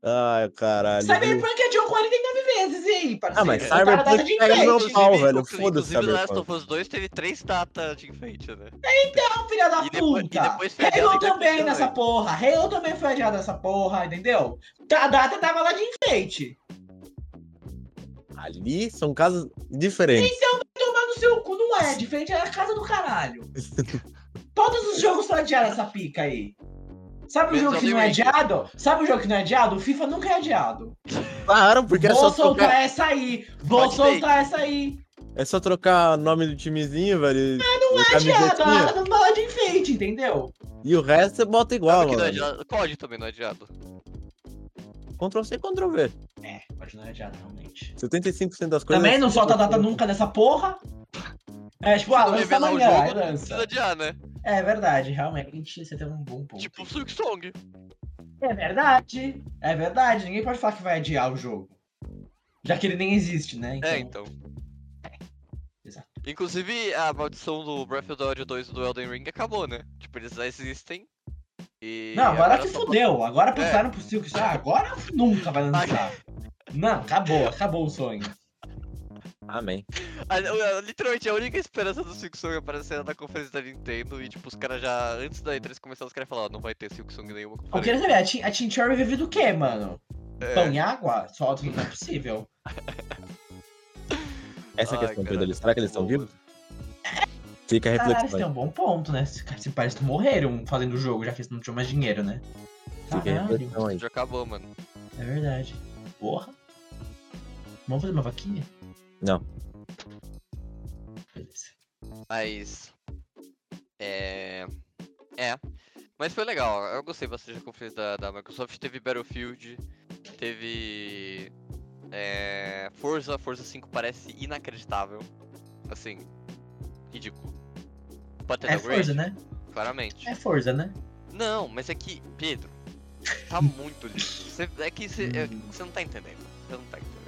[SPEAKER 2] Ai, caralho. viu?
[SPEAKER 3] Cyberpunk é adiou 49 vezes, e aí, parceiro?
[SPEAKER 2] Ah, mas
[SPEAKER 3] Botaram a data de
[SPEAKER 2] Cyberpunk é
[SPEAKER 3] enfeite.
[SPEAKER 2] normal,
[SPEAKER 1] inclusive-
[SPEAKER 2] velho,
[SPEAKER 1] inclusive
[SPEAKER 2] foda-se
[SPEAKER 1] Inclusive, Last
[SPEAKER 2] Cyberpunk.
[SPEAKER 1] of Us 2 teve três datas de enfeite, né?
[SPEAKER 2] Tá
[SPEAKER 3] Não, filha da
[SPEAKER 1] E depois- e
[SPEAKER 3] puta!
[SPEAKER 1] depois foi adiado
[SPEAKER 3] Halo
[SPEAKER 1] em
[SPEAKER 3] também
[SPEAKER 1] 2019.
[SPEAKER 3] nessa porra! Halo também foi adiado nessa porra, entendeu? Tá- A data tava lá de enfeite.
[SPEAKER 2] Ali são casos diferentes.
[SPEAKER 3] Tomar no seu cu, não é. De frente é a casa do caralho. Todos os jogos são adiados essa pica aí. Sabe o
[SPEAKER 1] Menos um
[SPEAKER 3] jogo que não é
[SPEAKER 1] Elden Ring.
[SPEAKER 3] adiado? Sabe o jogo que não é adiado? O FIFA nunca é adiado.
[SPEAKER 2] Claro, porque é
[SPEAKER 3] Vou
[SPEAKER 2] só,
[SPEAKER 3] soltar
[SPEAKER 2] trocar,
[SPEAKER 3] essa aí! Vou
[SPEAKER 1] Hot
[SPEAKER 3] soltar essa aí!
[SPEAKER 2] é só trocar o nome do timezinho, velho. Mas não
[SPEAKER 3] Não é adiado, a data não tá lá de enfeite, entendeu?
[SPEAKER 2] E o resto você bota igual,
[SPEAKER 1] Porque não é
[SPEAKER 2] mano.
[SPEAKER 1] adiado. COD também não é adiado.
[SPEAKER 2] Ctrl C, Ctrl V.
[SPEAKER 3] É, pode não é adiado, realmente.
[SPEAKER 2] 75% das coisas. é
[SPEAKER 3] Também não solta a data
[SPEAKER 2] assim.
[SPEAKER 3] nunca nessa porra. É tipo, ah,
[SPEAKER 1] Quando
[SPEAKER 3] lança
[SPEAKER 1] revelar o
[SPEAKER 3] amanhã,
[SPEAKER 1] jogo,
[SPEAKER 3] aí
[SPEAKER 1] não
[SPEAKER 3] lança.
[SPEAKER 1] precisa adiar, né?
[SPEAKER 3] É verdade, realmente você tem um bom ponto.
[SPEAKER 1] Tipo o Silk Song.
[SPEAKER 3] É verdade, é verdade. Ninguém pode falar que vai adiar o jogo. Já que ele nem existe, né?
[SPEAKER 1] É, então.
[SPEAKER 3] Exato.
[SPEAKER 1] Inclusive, a maldição do Breath of the Wild 2 e do Elden Ring acabou, né? Tipo, eles já existem. E
[SPEAKER 3] Não, agora que
[SPEAKER 1] só- É.
[SPEAKER 3] fudeu. Agora passaram pro Silk Song. Agora nunca vai lançar. Não, acabou, acabou o sonho.
[SPEAKER 2] Amém.
[SPEAKER 1] A- a- a- Ah, é, Literalmente, a única esperança do Silk Song aparecer era na conferência da Nintendo e, tipo, os caras já, antes da E3 começar, os caras falaram, ó, não vai ter Silk Song em nenhuma
[SPEAKER 3] Eu queria
[SPEAKER 1] conferência.
[SPEAKER 3] saber, a Tin- a Team Cherry vive do quê, mano?
[SPEAKER 1] É,
[SPEAKER 3] Pão e água? Só não é possível.
[SPEAKER 2] Essa é a
[SPEAKER 1] Ai,
[SPEAKER 2] questão,
[SPEAKER 1] cara. tipo,
[SPEAKER 2] Pedro. Será que eles estão
[SPEAKER 1] Boa.
[SPEAKER 2] vivos? Fica a
[SPEAKER 3] Caralho, você
[SPEAKER 2] reflexão.
[SPEAKER 3] tem um bom ponto, né? Esses caras se parece que morreram fazendo o jogo, já que eles não tinham mais dinheiro, né?
[SPEAKER 2] Fica a
[SPEAKER 3] Caralho.
[SPEAKER 2] reflexão aí.
[SPEAKER 1] Já acabou, mano.
[SPEAKER 3] É verdade. Porra. Vamos fazer uma vaquinha?
[SPEAKER 2] Não.
[SPEAKER 1] Mas. É. É. Mas foi legal, eu gostei bastante da conferência da, da Microsoft. Teve Battlefield, teve. É, Forza, Forza 5 parece inacreditável. Assim, ridículo. Button
[SPEAKER 3] É Forza, né?
[SPEAKER 1] claramente.
[SPEAKER 3] É Forza, né?
[SPEAKER 1] Não, mas é que, Pedro, tá muito lindo. Cê- é que você não tá entendendo. Você não tá entendendo.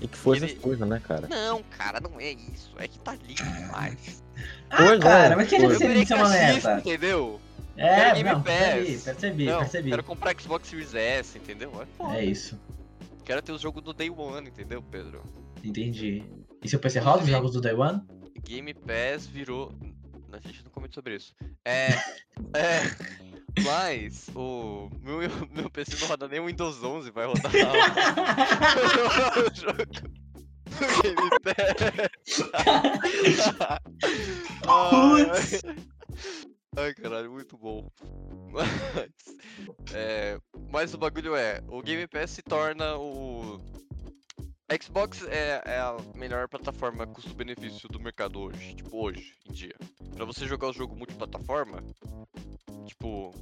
[SPEAKER 2] E que foi
[SPEAKER 1] Ele-
[SPEAKER 2] essas coisas, né, cara?
[SPEAKER 1] Não, cara, não é isso. É que tá lindo demais.
[SPEAKER 3] Ah,
[SPEAKER 2] Pois é,
[SPEAKER 3] cara, mas queria
[SPEAKER 2] Forza.
[SPEAKER 3] que
[SPEAKER 1] Eu
[SPEAKER 3] você
[SPEAKER 1] virei
[SPEAKER 3] isso é uma
[SPEAKER 1] cachista,
[SPEAKER 3] meta.
[SPEAKER 1] entendeu?
[SPEAKER 3] É,
[SPEAKER 1] Quero
[SPEAKER 3] não,
[SPEAKER 1] Game
[SPEAKER 3] percebi,
[SPEAKER 1] Pass.
[SPEAKER 3] percebi,
[SPEAKER 1] não,
[SPEAKER 3] percebi.
[SPEAKER 1] quero comprar Xbox Series S, entendeu? É foda.
[SPEAKER 3] É isso,
[SPEAKER 1] Quero ter o jogo do Day One, entendeu, Pedro?
[SPEAKER 3] entendi. E se o PC roda os jogos do Day One?
[SPEAKER 1] Game Pass virou. A gente não comenta sobre isso. É. é. Mas o meu, meu PC não roda nem o Windows 11, vai rodar o jogo do Game Pass.
[SPEAKER 3] Putz!
[SPEAKER 1] Ai, caralho, muito bom. Mas, é, mas o bagulho é, o Game Pass se torna o. Xbox é, é a melhor plataforma custo-benefício do mercado hoje, tipo hoje em dia. Pra você jogar o jogo multiplataforma, tipo.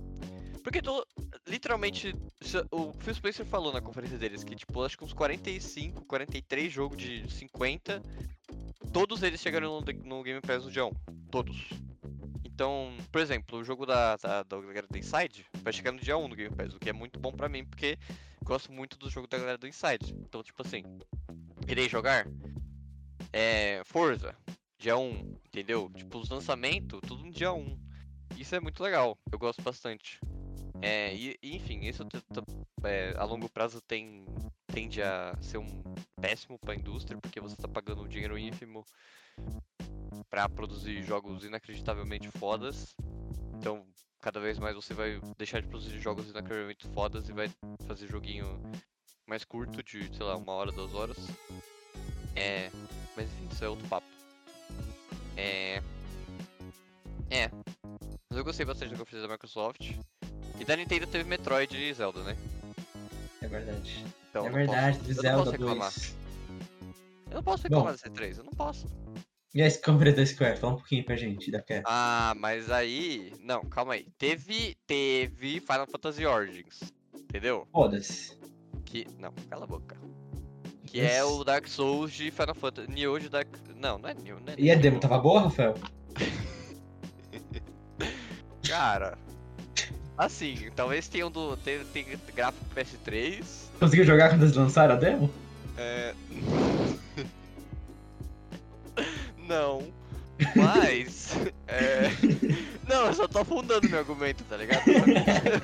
[SPEAKER 1] Porque tu- literalmente, se- o Phil Spencer falou na conferência deles que, tipo, acho que uns 45, 43 jogos de 50, todos eles chegaram no, no Game Pass no dia 1. Todos. Então, por exemplo, o jogo da, da, da galera do Inside vai chegar no dia 1 do Game Pass, o que é muito bom pra mim, porque gosto muito do jogo da galera do Inside. Então, tipo assim, irei jogar é, Forza, dia 1, entendeu? Tipo, os lançamentos, tudo no dia 1. Isso é muito legal, eu gosto bastante. É, e, e, enfim, isso t- t- é, a longo prazo tem, tende a ser um péssimo pra indústria, porque você tá pagando um dinheiro ínfimo pra produzir jogos inacreditavelmente fodas. Então, cada vez mais você vai deixar de produzir jogos inacreditavelmente fodas e vai fazer joguinho mais curto, de, sei lá, uma hora, duas horas. É. Mas enfim, isso é outro papo. É. É. Mas eu gostei bastante do que eu fiz da Microsoft. E da Nintendo teve Metroid e Zelda, né?
[SPEAKER 3] É verdade.
[SPEAKER 1] Então,
[SPEAKER 3] é
[SPEAKER 1] eu não posso-
[SPEAKER 3] verdade,
[SPEAKER 1] eu não
[SPEAKER 3] Zelda
[SPEAKER 1] posso reclamar.
[SPEAKER 3] 2.
[SPEAKER 1] Eu não posso reclamar da C3, eu não posso.
[SPEAKER 3] E a câmera da Square? Fala um pouquinho pra gente da Cap.
[SPEAKER 1] Ah, mas aí. Não, calma aí. Teve. Teve Final Fantasy Origins. Entendeu?
[SPEAKER 3] Foda-se.
[SPEAKER 1] Que. Não, cala a boca. Que é o Dark Souls de Final Fantasy. Nioh de Dark. Não, não é Nioh, né?
[SPEAKER 3] E a demo tá? tava boa, Rafael?
[SPEAKER 1] Cara. Assim, talvez tenha um do. Tem, tem gráfico PS3.
[SPEAKER 3] Conseguiu jogar quando eles lançaram a demo?
[SPEAKER 1] É. Não. Mas. É... Não, eu só tô afundando meu argumento, tá ligado?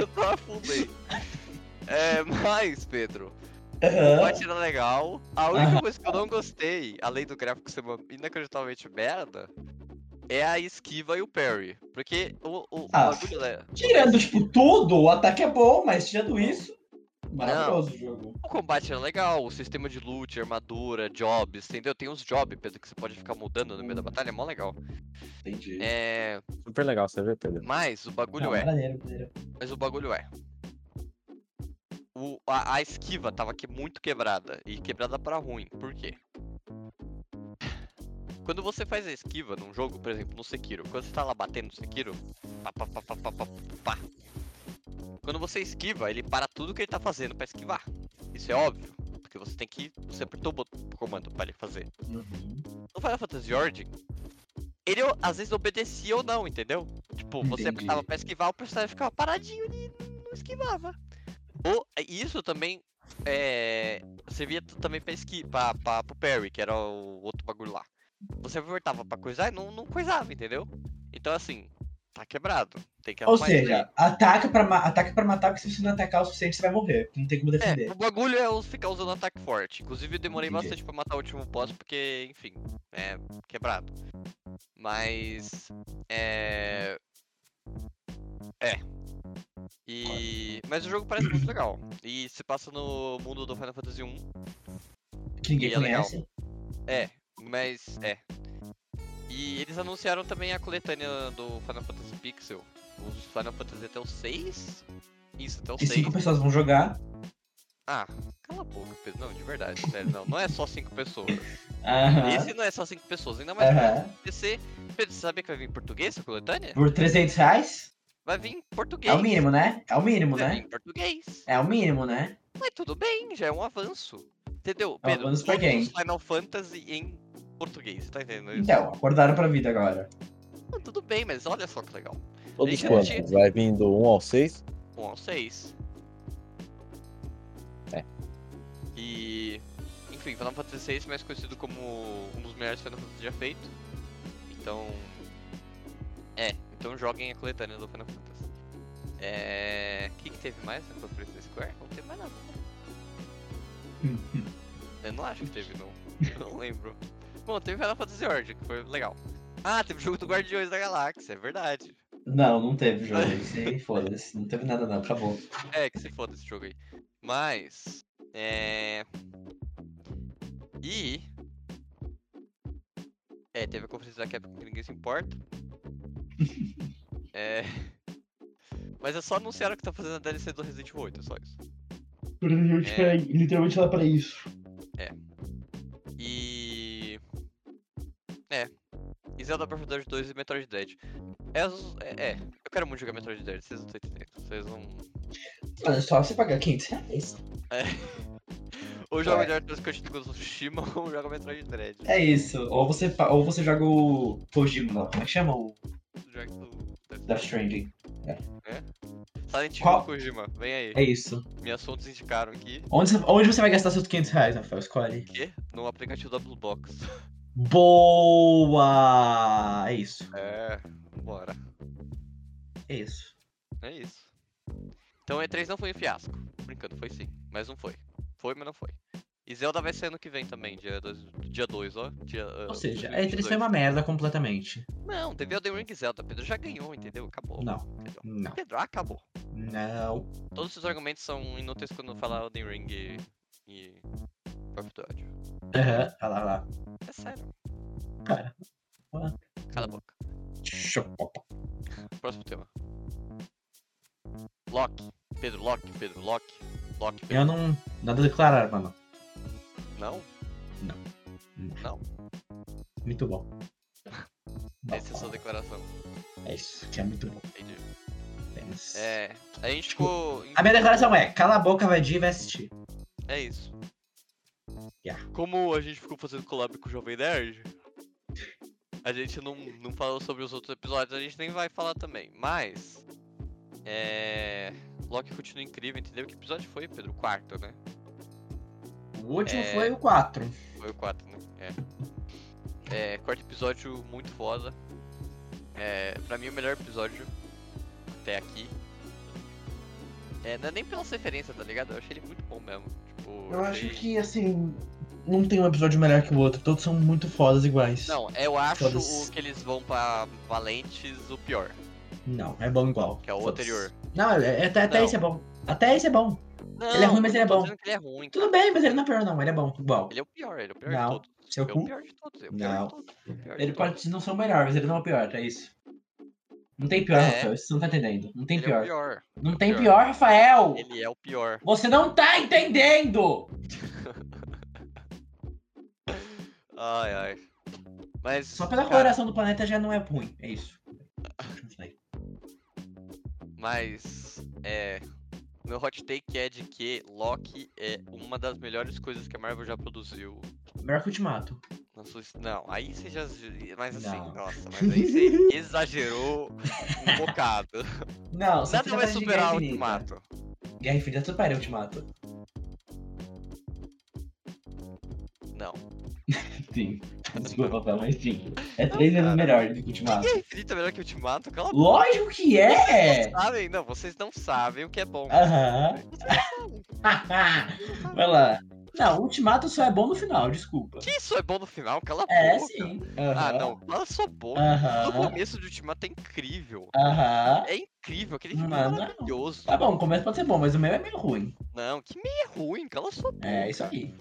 [SPEAKER 1] Eu tô afundei. É, mas, Pedro, o combate era legal. A única coisa que eu não gostei, além do gráfico ser uma inacreditavelmente merda, é a esquiva e o parry. Porque o, o, o
[SPEAKER 3] Ah,
[SPEAKER 1] bagulho né, da-
[SPEAKER 3] Tirando, tipo, tudo, o ataque é bom, mas tirando isso, maravilhoso o jogo.
[SPEAKER 1] O combate era legal, o sistema de loot, armadura, jobs, entendeu? Tem uns jobs, Pedro, que você pode ficar mudando no meio da batalha, é mó legal.
[SPEAKER 3] Entendi.
[SPEAKER 1] É.
[SPEAKER 2] Super legal, você vê, Pedro?
[SPEAKER 1] Mas o bagulho é.
[SPEAKER 3] maneiro, maneiro.
[SPEAKER 1] Mas o bagulho é. O, a, a esquiva tava que muito quebrada. E quebrada pra ruim. Por quê? Quando você faz a esquiva num jogo, por exemplo, no Sekiro, quando você tá lá batendo no Sekiro, pá, pá, pá, pá, pá, pá, pá. Quando você esquiva, ele para tudo que ele tá fazendo pra esquivar. Isso é óbvio, porque você tem que. Você apertou o botão- o comando pra ele fazer.
[SPEAKER 3] Uhum.
[SPEAKER 1] No Final Fantasy Origin, ele às vezes obedecia ou não, entendeu? Tipo, você
[SPEAKER 3] Entendi.
[SPEAKER 1] apertava pra esquivar, o personagem ficava paradinho ali e não esquivava. Ou, e isso também é, servia t- também pra, esqui, pra, pra, pro parry, que era o outro bagulho lá. Você apertava pra coisar e não, não coisava, entendeu? Então assim, tá quebrado. Tem que
[SPEAKER 3] Ou
[SPEAKER 1] arrumar isso aí.
[SPEAKER 3] seja, ataca pra, ma- ataca pra matar, porque se você não atacar o suficiente, você vai morrer. Não tem como defender.
[SPEAKER 1] É, o bagulho é os ficar usando ataque forte. Inclusive, eu demorei
[SPEAKER 3] Entendi.
[SPEAKER 1] bastante pra matar o último boss, porque, enfim, é quebrado. Mas. É. É. E. Mas o jogo parece muito legal. E se passa no mundo do Final Fantasy 1.
[SPEAKER 3] que ninguém
[SPEAKER 1] e é legal.
[SPEAKER 3] conhece.
[SPEAKER 1] É, mas. É. E eles anunciaram também a coletânea do Final Fantasy Pixel. Os Final Fantasy até o 6? Isso, até o
[SPEAKER 3] Que
[SPEAKER 1] 6.
[SPEAKER 3] cinco pessoas vão jogar.
[SPEAKER 1] Ah, cala a boca, Pedro. Não, de verdade, sério, não. Não é só cinco pessoas.
[SPEAKER 3] Aham.
[SPEAKER 1] Esse não é só cinco pessoas, ainda mais pra
[SPEAKER 3] Aham.
[SPEAKER 1] PC. Pedro, você sabia que vai vir em português essa coletânea?
[SPEAKER 3] Por 300 reais?
[SPEAKER 1] Vai vir em português.
[SPEAKER 3] É o mínimo, né? É o mínimo,
[SPEAKER 1] Vai vir
[SPEAKER 3] né?
[SPEAKER 1] em português.
[SPEAKER 3] É o mínimo, né?
[SPEAKER 1] Mas tudo bem, já é um avanço. Entendeu? Pedro,
[SPEAKER 3] É um avanço pra
[SPEAKER 1] todos
[SPEAKER 3] quem?
[SPEAKER 1] os Final Fantasy em português, tá entendendo isso?
[SPEAKER 3] Então, acordaram pra vida agora.
[SPEAKER 1] Ah, tudo bem, mas olha só que legal.
[SPEAKER 2] Todos
[SPEAKER 1] Deixa eu
[SPEAKER 2] quantos?
[SPEAKER 1] te-
[SPEAKER 2] Vai vindo um ao seis?
[SPEAKER 1] Um ao seis.
[SPEAKER 2] É.
[SPEAKER 1] E. Enfim, Final Fantasy VI é mais conhecido como um dos melhores Final Fantasy já feito. Então. É, então joguem a coletânea do Final Fantasy. É. O que, que teve mais na conferência da Square? Não teve mais nada. né? Eu não acho que teve, não. Eu não lembro. Bom, teve Final Fantasy Origin, que foi legal. Ah, teve o jogo do Guardiões da Galáxia, é verdade.
[SPEAKER 3] Não, não teve jogo. Isso aí, foda-se. Não teve nada, não. Acabou.
[SPEAKER 1] É, que se foda esse jogo aí. Mas. É. E. É, teve a conferência da Capcom que ninguém se importa. é. Mas é só anunciaram que tá fazendo a DLC do Resident Evil 8, é só isso.
[SPEAKER 3] Gente,
[SPEAKER 1] É.
[SPEAKER 3] literalmente lá pra isso.
[SPEAKER 1] E. É. E Zelda Breath of the Wild 2 e Metroid Dread. É, os- é, é, eu quero muito jogar Metroid Dread, vocês não estão entendendo. Vocês não.
[SPEAKER 3] Mano, é só você pagar 500 reais.
[SPEAKER 1] Ou joga
[SPEAKER 3] É.
[SPEAKER 1] é. Metroid Dread Ghost of Tsushima ou joga Metroid Dread.
[SPEAKER 3] É isso. Ou você, pa- ou você joga o Kojima, não. Como é que chama o
[SPEAKER 1] Joga do-
[SPEAKER 3] Death Stranding?
[SPEAKER 1] Silent Hill
[SPEAKER 3] Qual-
[SPEAKER 1] Kojima, vem aí.
[SPEAKER 3] É isso.
[SPEAKER 1] Minhas fontes indicaram que.
[SPEAKER 3] Onde você, onde você vai gastar seus 500 reais, Rafael? Escolhe.
[SPEAKER 1] Quê? No aplicativo da Blue Box.
[SPEAKER 3] Boa! É isso.
[SPEAKER 1] É, bora.
[SPEAKER 3] É isso.
[SPEAKER 1] É isso. Então E3 não foi um fiasco. Brincando, foi sim. Mas não foi. Foi, mas não foi. E Zelda vai ser ano que vem também, dia 2, dia dois, ó. Dia, ah,
[SPEAKER 3] Ou seja, a E3 foi uma merda completamente.
[SPEAKER 1] Não, teve Elden Ring e Zelda, Pedro já ganhou, entendeu? Acabou.
[SPEAKER 3] Não,
[SPEAKER 1] Pedro,
[SPEAKER 3] não,
[SPEAKER 1] Pedro, acabou.
[SPEAKER 3] não.
[SPEAKER 1] Todos esses argumentos são inúteis quando falar Elden Ring e. e. Breath of the Wild.
[SPEAKER 3] Aham, vai lá, vai lá.
[SPEAKER 1] É sério.
[SPEAKER 3] Cara, ué.
[SPEAKER 1] Cala a boca.
[SPEAKER 3] Chocopa.
[SPEAKER 1] Próximo tema. Loki. Pedro, Loki, Pedro, Loki. Loki, Pedro.
[SPEAKER 3] Eu não. Nada a declarar, mano.
[SPEAKER 1] Não?
[SPEAKER 3] Muito bom.
[SPEAKER 1] Essa é a sua declaração.
[SPEAKER 3] É isso, que é muito bom.
[SPEAKER 1] Entendi.
[SPEAKER 3] É isso.
[SPEAKER 1] É. A gente ficou. em-
[SPEAKER 3] A minha declaração é: cala a boca, vai dia e vai assistir.
[SPEAKER 1] É isso.
[SPEAKER 3] Yeah.
[SPEAKER 1] Como a gente ficou fazendo collab com o Jovem Nerd, a gente não, não falou sobre os outros episódios, a gente nem vai falar também. Mas. É. Loki continua incrível, entendeu? Que episódio foi, Pedro? O quarto, né?
[SPEAKER 3] O último
[SPEAKER 1] É.
[SPEAKER 3] foi o 4.
[SPEAKER 1] Foi o 4, né? É. É, quarto episódio muito foda. É, pra mim, o melhor episódio até aqui. É, não é nem pelas referências, tá ligado? Eu achei ele muito bom mesmo. Tipo,
[SPEAKER 3] Eu acho
[SPEAKER 1] achei-
[SPEAKER 3] que, assim, não tem um episódio melhor que o outro. Todos são muito fodas iguais.
[SPEAKER 1] Não, eu acho
[SPEAKER 3] Todos.
[SPEAKER 1] o que eles vão pra Valentes o pior,
[SPEAKER 3] Não, é bom igual.
[SPEAKER 1] que é o
[SPEAKER 3] Foda-se.
[SPEAKER 1] anterior.
[SPEAKER 3] Não, é- é- até, até
[SPEAKER 1] Não.
[SPEAKER 3] esse é bom. Até esse é bom.
[SPEAKER 1] Não,
[SPEAKER 3] Ele é ruim, mas
[SPEAKER 1] eu
[SPEAKER 3] ele é
[SPEAKER 1] tô
[SPEAKER 3] bom.
[SPEAKER 1] dizendo que ele é ruim.
[SPEAKER 3] Tudo
[SPEAKER 1] cara.
[SPEAKER 3] bem, mas ele não é pior, não. Ele é bom, igual.
[SPEAKER 1] Ele é o pior, ele é o pior
[SPEAKER 3] Não,
[SPEAKER 1] de todos.
[SPEAKER 3] seu
[SPEAKER 1] é
[SPEAKER 3] cu.
[SPEAKER 1] o pior de todos, é o pior
[SPEAKER 3] Não.
[SPEAKER 1] de todos. é o pior de
[SPEAKER 3] Ele
[SPEAKER 1] todos.
[SPEAKER 3] pode não ser o melhor, mas ele não é o pior, é isso. Não tem pior,
[SPEAKER 1] É.
[SPEAKER 3] Rafael. Isso você não tá entendendo. Não tem
[SPEAKER 1] Ele é
[SPEAKER 3] pior.
[SPEAKER 1] o pior.
[SPEAKER 3] Não tem
[SPEAKER 1] pior.
[SPEAKER 3] pior, Rafael!
[SPEAKER 1] Ele é o pior.
[SPEAKER 3] Você não tá entendendo!
[SPEAKER 1] Ai, ai. Mas.
[SPEAKER 3] Só pela
[SPEAKER 1] cara,
[SPEAKER 3] coloração do planeta já não é ruim. É isso. Continue.
[SPEAKER 1] Mas. É. Meu hot take é de que Loki é uma das melhores coisas que a Marvel já produziu.
[SPEAKER 3] Melhor que Ultimato.
[SPEAKER 1] na sua his- Não, aí você já. Mas assim,
[SPEAKER 3] Não.
[SPEAKER 1] nossa, mas aí você exagerou um bocado.
[SPEAKER 3] Não, você
[SPEAKER 1] Nada
[SPEAKER 3] tá
[SPEAKER 1] vai
[SPEAKER 3] falando de
[SPEAKER 1] superar
[SPEAKER 3] Guerra
[SPEAKER 1] o
[SPEAKER 3] Infinita.
[SPEAKER 1] Ultimato.
[SPEAKER 3] Guerra Infinita supera o Ultimato.
[SPEAKER 1] Não.
[SPEAKER 3] Sim. Desculpa, Rafael, mas sim. É três vezes melhor do que Ultimato.
[SPEAKER 1] Guerra Infinita é melhor que o Ultimato? Cala a
[SPEAKER 3] Lógico que é!
[SPEAKER 1] boca, sabem? Não, vocês não sabem o que é bom.
[SPEAKER 3] Aham.
[SPEAKER 1] Vocês não sabem.
[SPEAKER 3] Vai lá. Não, Ultimato só é bom no final, desculpa.
[SPEAKER 1] Que isso é bom no final? Cala a
[SPEAKER 3] É,
[SPEAKER 1] boca.
[SPEAKER 3] sim.
[SPEAKER 1] Ah,
[SPEAKER 3] Aham.
[SPEAKER 1] não. Cala sua boca. O
[SPEAKER 3] Aham.
[SPEAKER 1] começo do Ultimato é incrível.
[SPEAKER 3] Aham.
[SPEAKER 1] É incrível, aquele filme é
[SPEAKER 3] Mano, não.
[SPEAKER 1] maravilhoso.
[SPEAKER 3] Tá bom, o começo pode ser bom, mas o meio é meio ruim.
[SPEAKER 1] Não, que meio ruim, cala sua boca.
[SPEAKER 3] É, isso aí.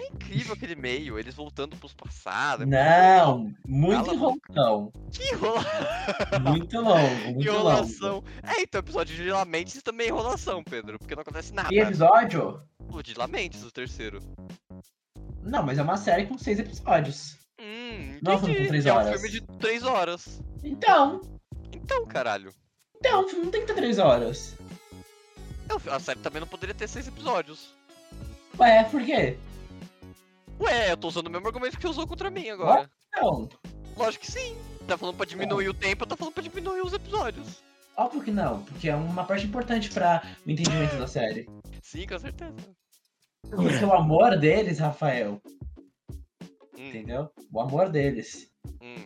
[SPEAKER 1] É incrível aquele meio, eles voltando pros passados. é
[SPEAKER 3] Não, muito
[SPEAKER 1] Cala a
[SPEAKER 3] enrolação.
[SPEAKER 1] muito- Que enrola-
[SPEAKER 3] Muito longo, muito longo.
[SPEAKER 1] enrolação. É, então o episódio de Lamentes também é enrolação, Pedro, porque não acontece nada.
[SPEAKER 3] E episódio
[SPEAKER 1] o de Lamentes, o terceiro.
[SPEAKER 3] Não, mas é uma série com seis episódios.
[SPEAKER 1] Hum,
[SPEAKER 3] Não é um filme com
[SPEAKER 1] entendi.
[SPEAKER 3] três
[SPEAKER 1] É um
[SPEAKER 3] horas.
[SPEAKER 1] filme de três horas.
[SPEAKER 3] Então,
[SPEAKER 1] Então, caralho.
[SPEAKER 3] então, o filme não tem que ter três horas.
[SPEAKER 1] É um fi- A série também não poderia ter seis episódios.
[SPEAKER 3] Ué, por quê?
[SPEAKER 1] Ué, eu tô usando o mesmo argumento que você usou contra mim agora.
[SPEAKER 3] Não,
[SPEAKER 1] Lógico que sim. Tá falando pra diminuir o tempo, eu tô falando pra diminuir os episódios.
[SPEAKER 3] óbvio que não, porque é uma parte importante pra o entendimento da série.
[SPEAKER 1] Sim, com certeza.
[SPEAKER 3] Porque o amor deles, Rafael,
[SPEAKER 1] Hum,
[SPEAKER 3] entendeu? O amor deles
[SPEAKER 1] hum.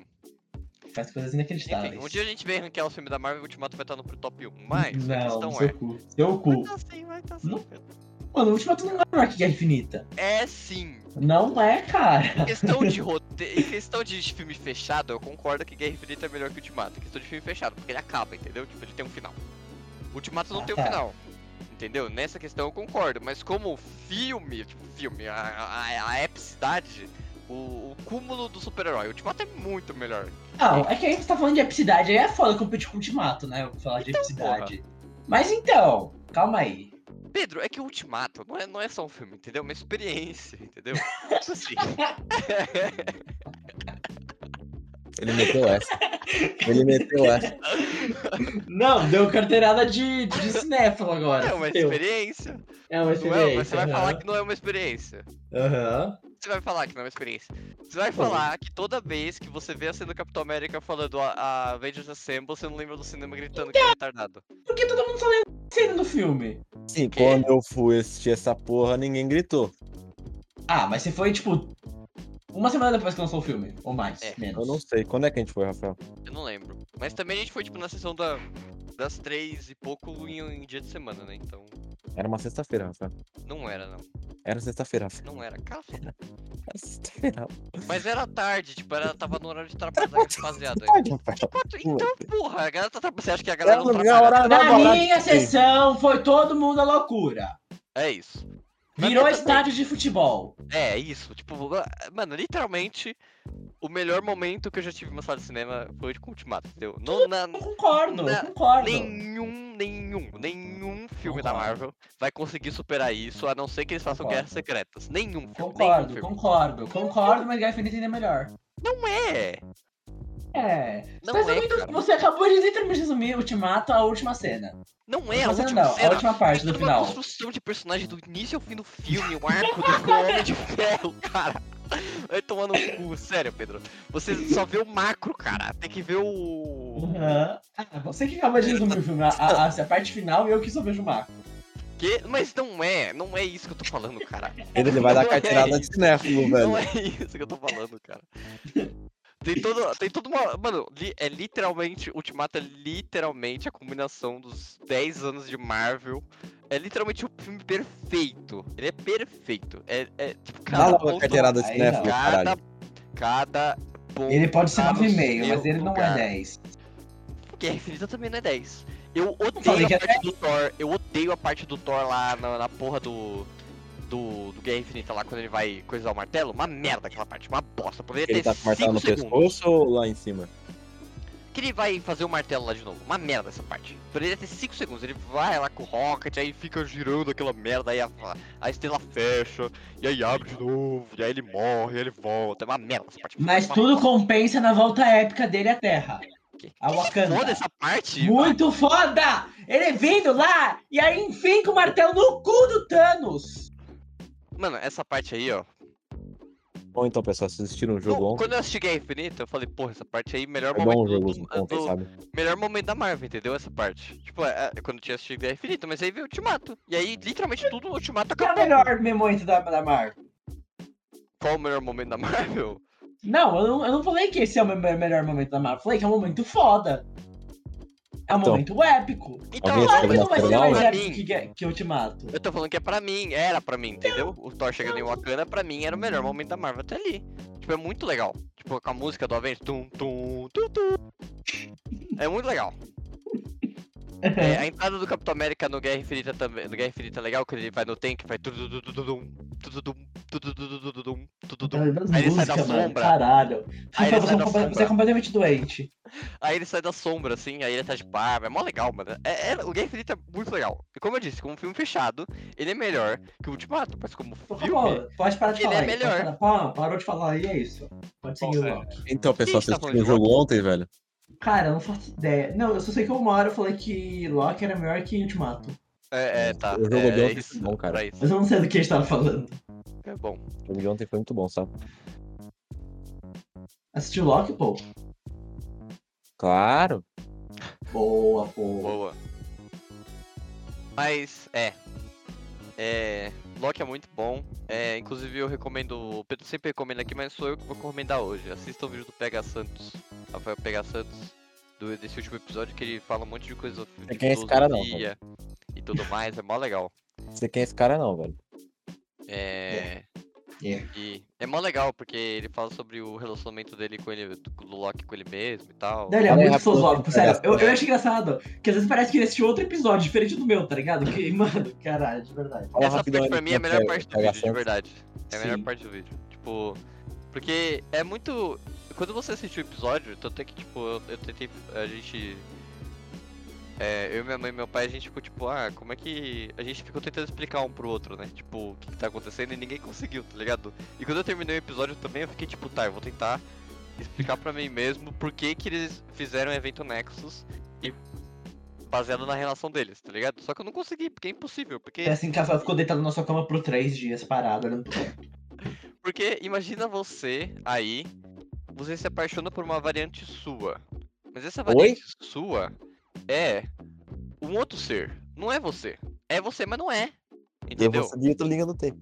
[SPEAKER 3] faz coisas
[SPEAKER 1] Enfim,
[SPEAKER 3] inacreditáveis.
[SPEAKER 1] um dia a gente vem ranquear o filme da Marvel e o Ultimato vai estar no top 1. Mas a
[SPEAKER 3] não,
[SPEAKER 1] questão
[SPEAKER 3] seu
[SPEAKER 1] é.
[SPEAKER 3] cu, seu cu.
[SPEAKER 1] Vai tá sim, vai tá
[SPEAKER 3] Não.
[SPEAKER 1] sim.
[SPEAKER 3] Mano, o último tu não é maior que Guerra Infinita.
[SPEAKER 1] É sim.
[SPEAKER 3] Não é, cara.
[SPEAKER 1] Em questão de roteiro. Em questão de filme fechado, eu concordo que Guerra Infinita é melhor que Ultimato. Em questão de filme fechado, porque ele acaba, entendeu? Tipo, ele tem um final. Ultimato não
[SPEAKER 3] Ah,
[SPEAKER 1] tem
[SPEAKER 3] tá.
[SPEAKER 1] um final. Entendeu? Nessa questão eu concordo. Mas como filme, tipo, filme, a, a, a epicidade, o, o cúmulo do super-herói. Ultimato é muito melhor.
[SPEAKER 3] Não, é que aí você tá falando de epicidade, aí é foda competir com o Ultimato, né? Eu vou falar de
[SPEAKER 1] Então,
[SPEAKER 3] epicidade. Mas então, calma aí.
[SPEAKER 1] Pedro, é que o Ultimato não é, não é só um filme, entendeu? É uma experiência, entendeu? Tipo assim.
[SPEAKER 2] Ele meteu essa. Ele meteu essa.
[SPEAKER 3] Não, deu carteirada de, de cinéfilo agora.
[SPEAKER 1] É uma
[SPEAKER 3] Deu.
[SPEAKER 1] experiência.
[SPEAKER 3] É uma
[SPEAKER 1] Não é, mas você vai
[SPEAKER 3] aham.
[SPEAKER 1] falar que não é uma experiência.
[SPEAKER 3] Aham.
[SPEAKER 1] Você vai falar que não é uma experiência. Você vai
[SPEAKER 3] Pô.
[SPEAKER 1] falar que toda vez que você vê a cena do Capitão América falando a, a Avengers Assemble, você não lembra do cinema gritando que é retardado.
[SPEAKER 3] Por que todo mundo só lembra da cena do filme?
[SPEAKER 2] Sim, quando eu fui assistir essa porra, ninguém gritou.
[SPEAKER 3] Ah, mas você foi, tipo, uma semana depois que lançou o filme. Ou mais,
[SPEAKER 1] É,
[SPEAKER 2] Eu
[SPEAKER 3] menos.
[SPEAKER 2] não sei. Quando é que a gente foi, Rafael?
[SPEAKER 1] Eu não lembro. Mas também a gente foi, tipo, na sessão da, das três e pouco em, em dia de semana, né? Então,
[SPEAKER 2] Era uma sexta-feira, Rafael.
[SPEAKER 1] não era, não.
[SPEAKER 2] Era sexta-feira, Rafael.
[SPEAKER 1] Não era. Cala sua
[SPEAKER 2] Era sexta-feira.
[SPEAKER 1] Mas era tarde, tipo, era, tava no horário de trabalhar rapaziada.
[SPEAKER 2] Ai, Rafael.
[SPEAKER 1] Quatro- Então, porra, a galera tá trabalhando. Você acha que a galera não
[SPEAKER 2] Não, não, era
[SPEAKER 1] trabalha?
[SPEAKER 3] Na
[SPEAKER 2] Vamos lá,
[SPEAKER 3] minha
[SPEAKER 2] sim.
[SPEAKER 3] sessão foi todo mundo à loucura.
[SPEAKER 1] É isso. Mas assim,
[SPEAKER 3] Virou
[SPEAKER 1] tudo bem.
[SPEAKER 3] estádio de futebol.
[SPEAKER 1] É, isso. Tipo, ah, mano, literalmente, o melhor momento que eu já tive numa sala de cinema foi com Ultimato, entendeu? Não, na,
[SPEAKER 3] Eu concordo, eu
[SPEAKER 1] Na-
[SPEAKER 3] concordo.
[SPEAKER 1] nenhum, nenhum, nenhum filme da
[SPEAKER 3] Concordo.
[SPEAKER 1] Marvel vai conseguir superar isso, a não ser que eles façam
[SPEAKER 3] Concordo.
[SPEAKER 1] guerras secretas. Nenhum filme. nenhum
[SPEAKER 3] Concordo,
[SPEAKER 1] filme.
[SPEAKER 3] concordo, concordo, mas Guerra Infinita ainda é melhor.
[SPEAKER 1] Não é!
[SPEAKER 3] É.
[SPEAKER 1] Não
[SPEAKER 3] mas
[SPEAKER 1] é,
[SPEAKER 3] também tu-
[SPEAKER 1] cara.
[SPEAKER 3] você acabou de literalmente resumir Ultimato a última cena.
[SPEAKER 1] Não é a
[SPEAKER 3] Última cena
[SPEAKER 1] última
[SPEAKER 3] não,
[SPEAKER 1] cena.
[SPEAKER 3] a última parte
[SPEAKER 1] Tem
[SPEAKER 3] do
[SPEAKER 1] toda
[SPEAKER 3] final.
[SPEAKER 1] Uma construção de personagem do início ao fim do filme, o arco do Homem de Ferro, cara. Vai tomar no cu, sério, Pedro. Você só vê o macro, cara. Tem que ver o.
[SPEAKER 3] Aham. Ah, você que acabou de resumir o filme, a, a- a parte final e eu que só vejo o Marco.
[SPEAKER 1] quê? Mas não é, não é isso que eu tô falando, cara.
[SPEAKER 2] Ele vai dar
[SPEAKER 1] Não é
[SPEAKER 2] carteirada de
[SPEAKER 1] isso.
[SPEAKER 2] cinéfilo, velho.
[SPEAKER 1] Não é isso que eu tô falando, cara. Tem todo, tem toda uma. Mano, li- é literalmente. Ultimato é literalmente a combinação dos 10 anos de Marvel. É literalmente o filme perfeito. Ele é perfeito. É, é tipo,
[SPEAKER 2] Dá
[SPEAKER 1] cada
[SPEAKER 2] logo a
[SPEAKER 1] ponto é
[SPEAKER 2] carteirada de
[SPEAKER 3] Aí
[SPEAKER 2] cinéfilo,
[SPEAKER 3] não.
[SPEAKER 2] caralho.
[SPEAKER 1] Cada, cada ponto.
[SPEAKER 3] Ele pode ser
[SPEAKER 1] tá no
[SPEAKER 3] 9,5, mas
[SPEAKER 1] seu
[SPEAKER 3] ele não é
[SPEAKER 1] lugar.
[SPEAKER 3] 10.
[SPEAKER 1] Porque a Infinita também não é 10. Eu
[SPEAKER 3] falei
[SPEAKER 1] odeio
[SPEAKER 3] que é
[SPEAKER 1] a parte do Thor. Eu odeio a parte do Thor lá na, na porra do. Do, do Guerra Infinita lá quando ele vai coisar o martelo, uma merda aquela parte, uma bosta. Poderia
[SPEAKER 2] Ele
[SPEAKER 1] ter
[SPEAKER 2] tá com o martelo
[SPEAKER 1] cinco
[SPEAKER 2] no
[SPEAKER 1] segundos.
[SPEAKER 2] pescoço ou lá em cima?
[SPEAKER 1] Que ele vai fazer o martelo lá de novo. Uma merda essa parte. Poderia ter 5 segundos. Ele vai lá com o Rocket, aí fica girando aquela merda, aí a, a estrela fecha, e aí abre de novo, e aí ele morre, e ele volta. É uma merda essa parte.
[SPEAKER 3] Mas
[SPEAKER 1] Uma
[SPEAKER 3] tudo compensa na volta épica dele à Terra.
[SPEAKER 1] Que-
[SPEAKER 3] A Wakanda.
[SPEAKER 1] Foda essa parte.
[SPEAKER 3] Muito foda! Ele é vindo lá e aí enfim com o martelo no cu do Thanos!
[SPEAKER 1] Mano, essa parte aí, ó.
[SPEAKER 2] Bom, então, pessoal, vocês assistiram o jogo
[SPEAKER 1] Não,
[SPEAKER 2] ontem?
[SPEAKER 1] Quando eu assisti Guerra Infinita, eu falei, porra, essa parte aí, melhor
[SPEAKER 2] É bom o
[SPEAKER 1] momento
[SPEAKER 2] jogo
[SPEAKER 1] do, do-
[SPEAKER 2] ontem,
[SPEAKER 1] do-
[SPEAKER 2] sabe?
[SPEAKER 1] melhor momento da Marvel, entendeu? Essa parte. Tipo, é, é, quando eu tinha assistido Guerra Infinita, mas aí veio o Ultimato. E aí, literalmente, tudo o Ultimato
[SPEAKER 3] Qual é o
[SPEAKER 1] acabou.
[SPEAKER 3] melhor memento da, da Marvel?
[SPEAKER 1] Qual o melhor momento da Marvel?
[SPEAKER 3] Não eu, não, eu não falei que esse é o meu melhor momento da Marvel. Eu falei que é um momento foda. É um
[SPEAKER 2] Então.
[SPEAKER 3] momento épico.
[SPEAKER 2] Alguém
[SPEAKER 1] Então,
[SPEAKER 3] Claro
[SPEAKER 2] sabe
[SPEAKER 3] que não vai ser
[SPEAKER 2] Não,
[SPEAKER 3] mais
[SPEAKER 2] né?
[SPEAKER 1] pra
[SPEAKER 3] épico
[SPEAKER 1] mim.
[SPEAKER 3] que, Gue- que eu te mato.
[SPEAKER 1] Eu tô falando que é pra mim, era pra mim, entendeu? O Thor chegando em Wakanda, pra mim, era o melhor momento da Marvel até ali. Tipo, é muito legal. Tipo, com a música do Avengers, tum, tum, tum, tum. É muito legal. É, a entrada do Capitão América no Guerra Infinita também. No Guerra Infinita é legal, quando ele vai no tanque, vai tudo, tudo, tudo, tudo, tudo, tudo, tudo, tudo, tudo, tudo. Aí ele sai da sombra.
[SPEAKER 3] Caralho.
[SPEAKER 1] Aí ele sai
[SPEAKER 3] Rafael, você, é
[SPEAKER 1] da
[SPEAKER 3] compa-
[SPEAKER 1] sombra.
[SPEAKER 3] você é completamente doente.
[SPEAKER 1] Aí ele sai da sombra, assim, aí ele tá de barba. É mó legal, mano. É, é- o Guerra Infinita é muito legal. E como eu disse, como um filme fechado, ele é melhor que o Ultimato, mas como
[SPEAKER 3] Por
[SPEAKER 1] filme.
[SPEAKER 3] favor, pode parar de
[SPEAKER 1] Ele é
[SPEAKER 3] falar. aí,
[SPEAKER 1] melhor.
[SPEAKER 3] pode parar. Pau, parou de falar aí, é isso. Pode seguir
[SPEAKER 1] Bom, é.
[SPEAKER 3] o Loki.
[SPEAKER 2] Então, pessoal,
[SPEAKER 1] Quem que
[SPEAKER 2] vocês
[SPEAKER 1] tá
[SPEAKER 2] assistiram o
[SPEAKER 1] falando de
[SPEAKER 2] jogo ontem, velho?
[SPEAKER 3] Cara, eu não faço ideia. Não, eu só sei que uma hora eu falei que Loki era melhor que Ultimato.
[SPEAKER 1] É, é, tá.
[SPEAKER 2] O jogo
[SPEAKER 1] é,
[SPEAKER 2] de
[SPEAKER 1] é
[SPEAKER 2] ontem
[SPEAKER 1] isso,
[SPEAKER 2] foi bom, cara.
[SPEAKER 1] pra isso.
[SPEAKER 3] Mas eu não sei do que a gente tava falando.
[SPEAKER 1] É bom.
[SPEAKER 2] O jogo de ontem foi muito bom, sabe?
[SPEAKER 3] Assistiu Loki, pô?
[SPEAKER 2] Claro.
[SPEAKER 3] Boa, boa.
[SPEAKER 1] Boa. Mas, é. É. Loki é muito bom. É, inclusive eu recomendo. O Pedro sempre recomenda aqui, mas sou eu que vou recomendar hoje. Assista o vídeo do Pega Santos. Rafael Pega Santos. do- desse último episódio que ele fala um monte de coisa. de
[SPEAKER 2] quem é esse cara não,
[SPEAKER 1] filosofia E tudo mais. É mó legal.
[SPEAKER 2] Não sei quem é esse cara, não, velho.
[SPEAKER 1] É.
[SPEAKER 3] Yeah.
[SPEAKER 1] E é mó legal, porque ele fala sobre o relacionamento dele com ele, do Loki com ele mesmo e tal.
[SPEAKER 3] Não, ele é
[SPEAKER 2] Fala aí
[SPEAKER 3] muito
[SPEAKER 2] rapidão,
[SPEAKER 3] filosófico,
[SPEAKER 2] que
[SPEAKER 3] sério.
[SPEAKER 2] pedaço.
[SPEAKER 3] Eu, eu acho engraçado, que às vezes parece que ele assistiu outro episódio diferente do meu, tá ligado? Que, mano, caralho, de verdade.
[SPEAKER 2] Fala
[SPEAKER 1] Essa
[SPEAKER 2] rapidão
[SPEAKER 1] parte
[SPEAKER 2] aí,
[SPEAKER 1] pra mim é a
[SPEAKER 2] quem
[SPEAKER 1] melhor
[SPEAKER 2] é
[SPEAKER 1] parte do vídeo,
[SPEAKER 2] o Pega
[SPEAKER 1] de
[SPEAKER 2] Santos?
[SPEAKER 1] verdade. É a melhor
[SPEAKER 3] Sim.
[SPEAKER 1] parte do vídeo. Tipo. Porque é muito. Quando você assistiu o episódio, tanto é que, tipo, eu, eu tentei. A gente. É, eu, minha mãe e meu pai, a gente ficou tipo, ah, como é que. A gente ficou tentando explicar um pro outro, né? Tipo, o que, que tá acontecendo e ninguém conseguiu, tá ligado? E quando eu terminei o episódio também, eu fiquei tipo, tá, eu vou tentar explicar pra mim mesmo por que que eles fizeram o evento Nexus e baseado na relação deles, tá ligado? Só que eu não consegui, porque é impossível, porque
[SPEAKER 3] É assim que ela ficou deitada na sua cama por três dias, parada, né? olhando pro teto.
[SPEAKER 1] Porque imagina você aí, você se apaixona por uma variante sua. Mas essa
[SPEAKER 2] Oi?
[SPEAKER 1] variante sua é um outro ser. Não é você. É você, mas não é.
[SPEAKER 2] Eu
[SPEAKER 1] Entendeu?
[SPEAKER 2] vou subir outra linha no T.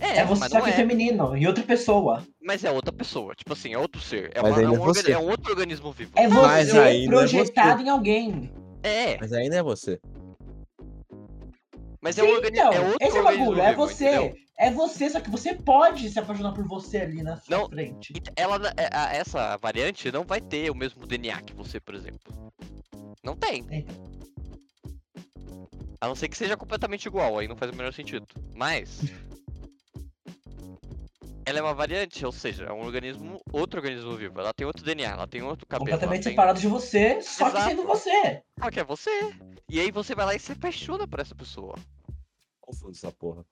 [SPEAKER 1] É,
[SPEAKER 3] É você
[SPEAKER 1] mas
[SPEAKER 3] só
[SPEAKER 1] não
[SPEAKER 3] que é
[SPEAKER 1] é.
[SPEAKER 3] feminino, e outra pessoa.
[SPEAKER 1] Mas é outra pessoa. Tipo assim, é outro ser. É,
[SPEAKER 2] Mas
[SPEAKER 1] uma- é
[SPEAKER 2] ainda é
[SPEAKER 1] um, orga-
[SPEAKER 2] você.
[SPEAKER 1] é um outro organismo vivo.
[SPEAKER 3] É
[SPEAKER 2] Mas
[SPEAKER 3] você
[SPEAKER 2] aí não é
[SPEAKER 3] projetado em alguém.
[SPEAKER 1] É,
[SPEAKER 2] Mas ainda é você.
[SPEAKER 1] mas
[SPEAKER 3] Sim,
[SPEAKER 1] é um organismo.
[SPEAKER 3] então,
[SPEAKER 1] é outro
[SPEAKER 3] esse é o
[SPEAKER 1] organismo
[SPEAKER 3] bagulho, é
[SPEAKER 1] vivo,
[SPEAKER 3] você.
[SPEAKER 1] entendeu?
[SPEAKER 3] É você, só que você pode se apaixonar por você ali na sua
[SPEAKER 1] Não.
[SPEAKER 3] frente.
[SPEAKER 1] Ent- Ela, é- a- essa variante não vai ter o mesmo DNA que você, por exemplo. Não tem.
[SPEAKER 3] Então,
[SPEAKER 1] A não ser que seja completamente igual, aí não faz o menor sentido. Mas. Ela é uma variante, ou seja, é um organismo. outro organismo vivo. Ela tem outro DNA, ela tem outro cabelo.
[SPEAKER 3] completamente
[SPEAKER 1] ela tem...
[SPEAKER 3] separado de você, só que
[SPEAKER 1] Exato.
[SPEAKER 3] sendo você.
[SPEAKER 1] Só que é você. E aí você vai lá e se apaixona por essa pessoa.
[SPEAKER 2] Confundo essa porra.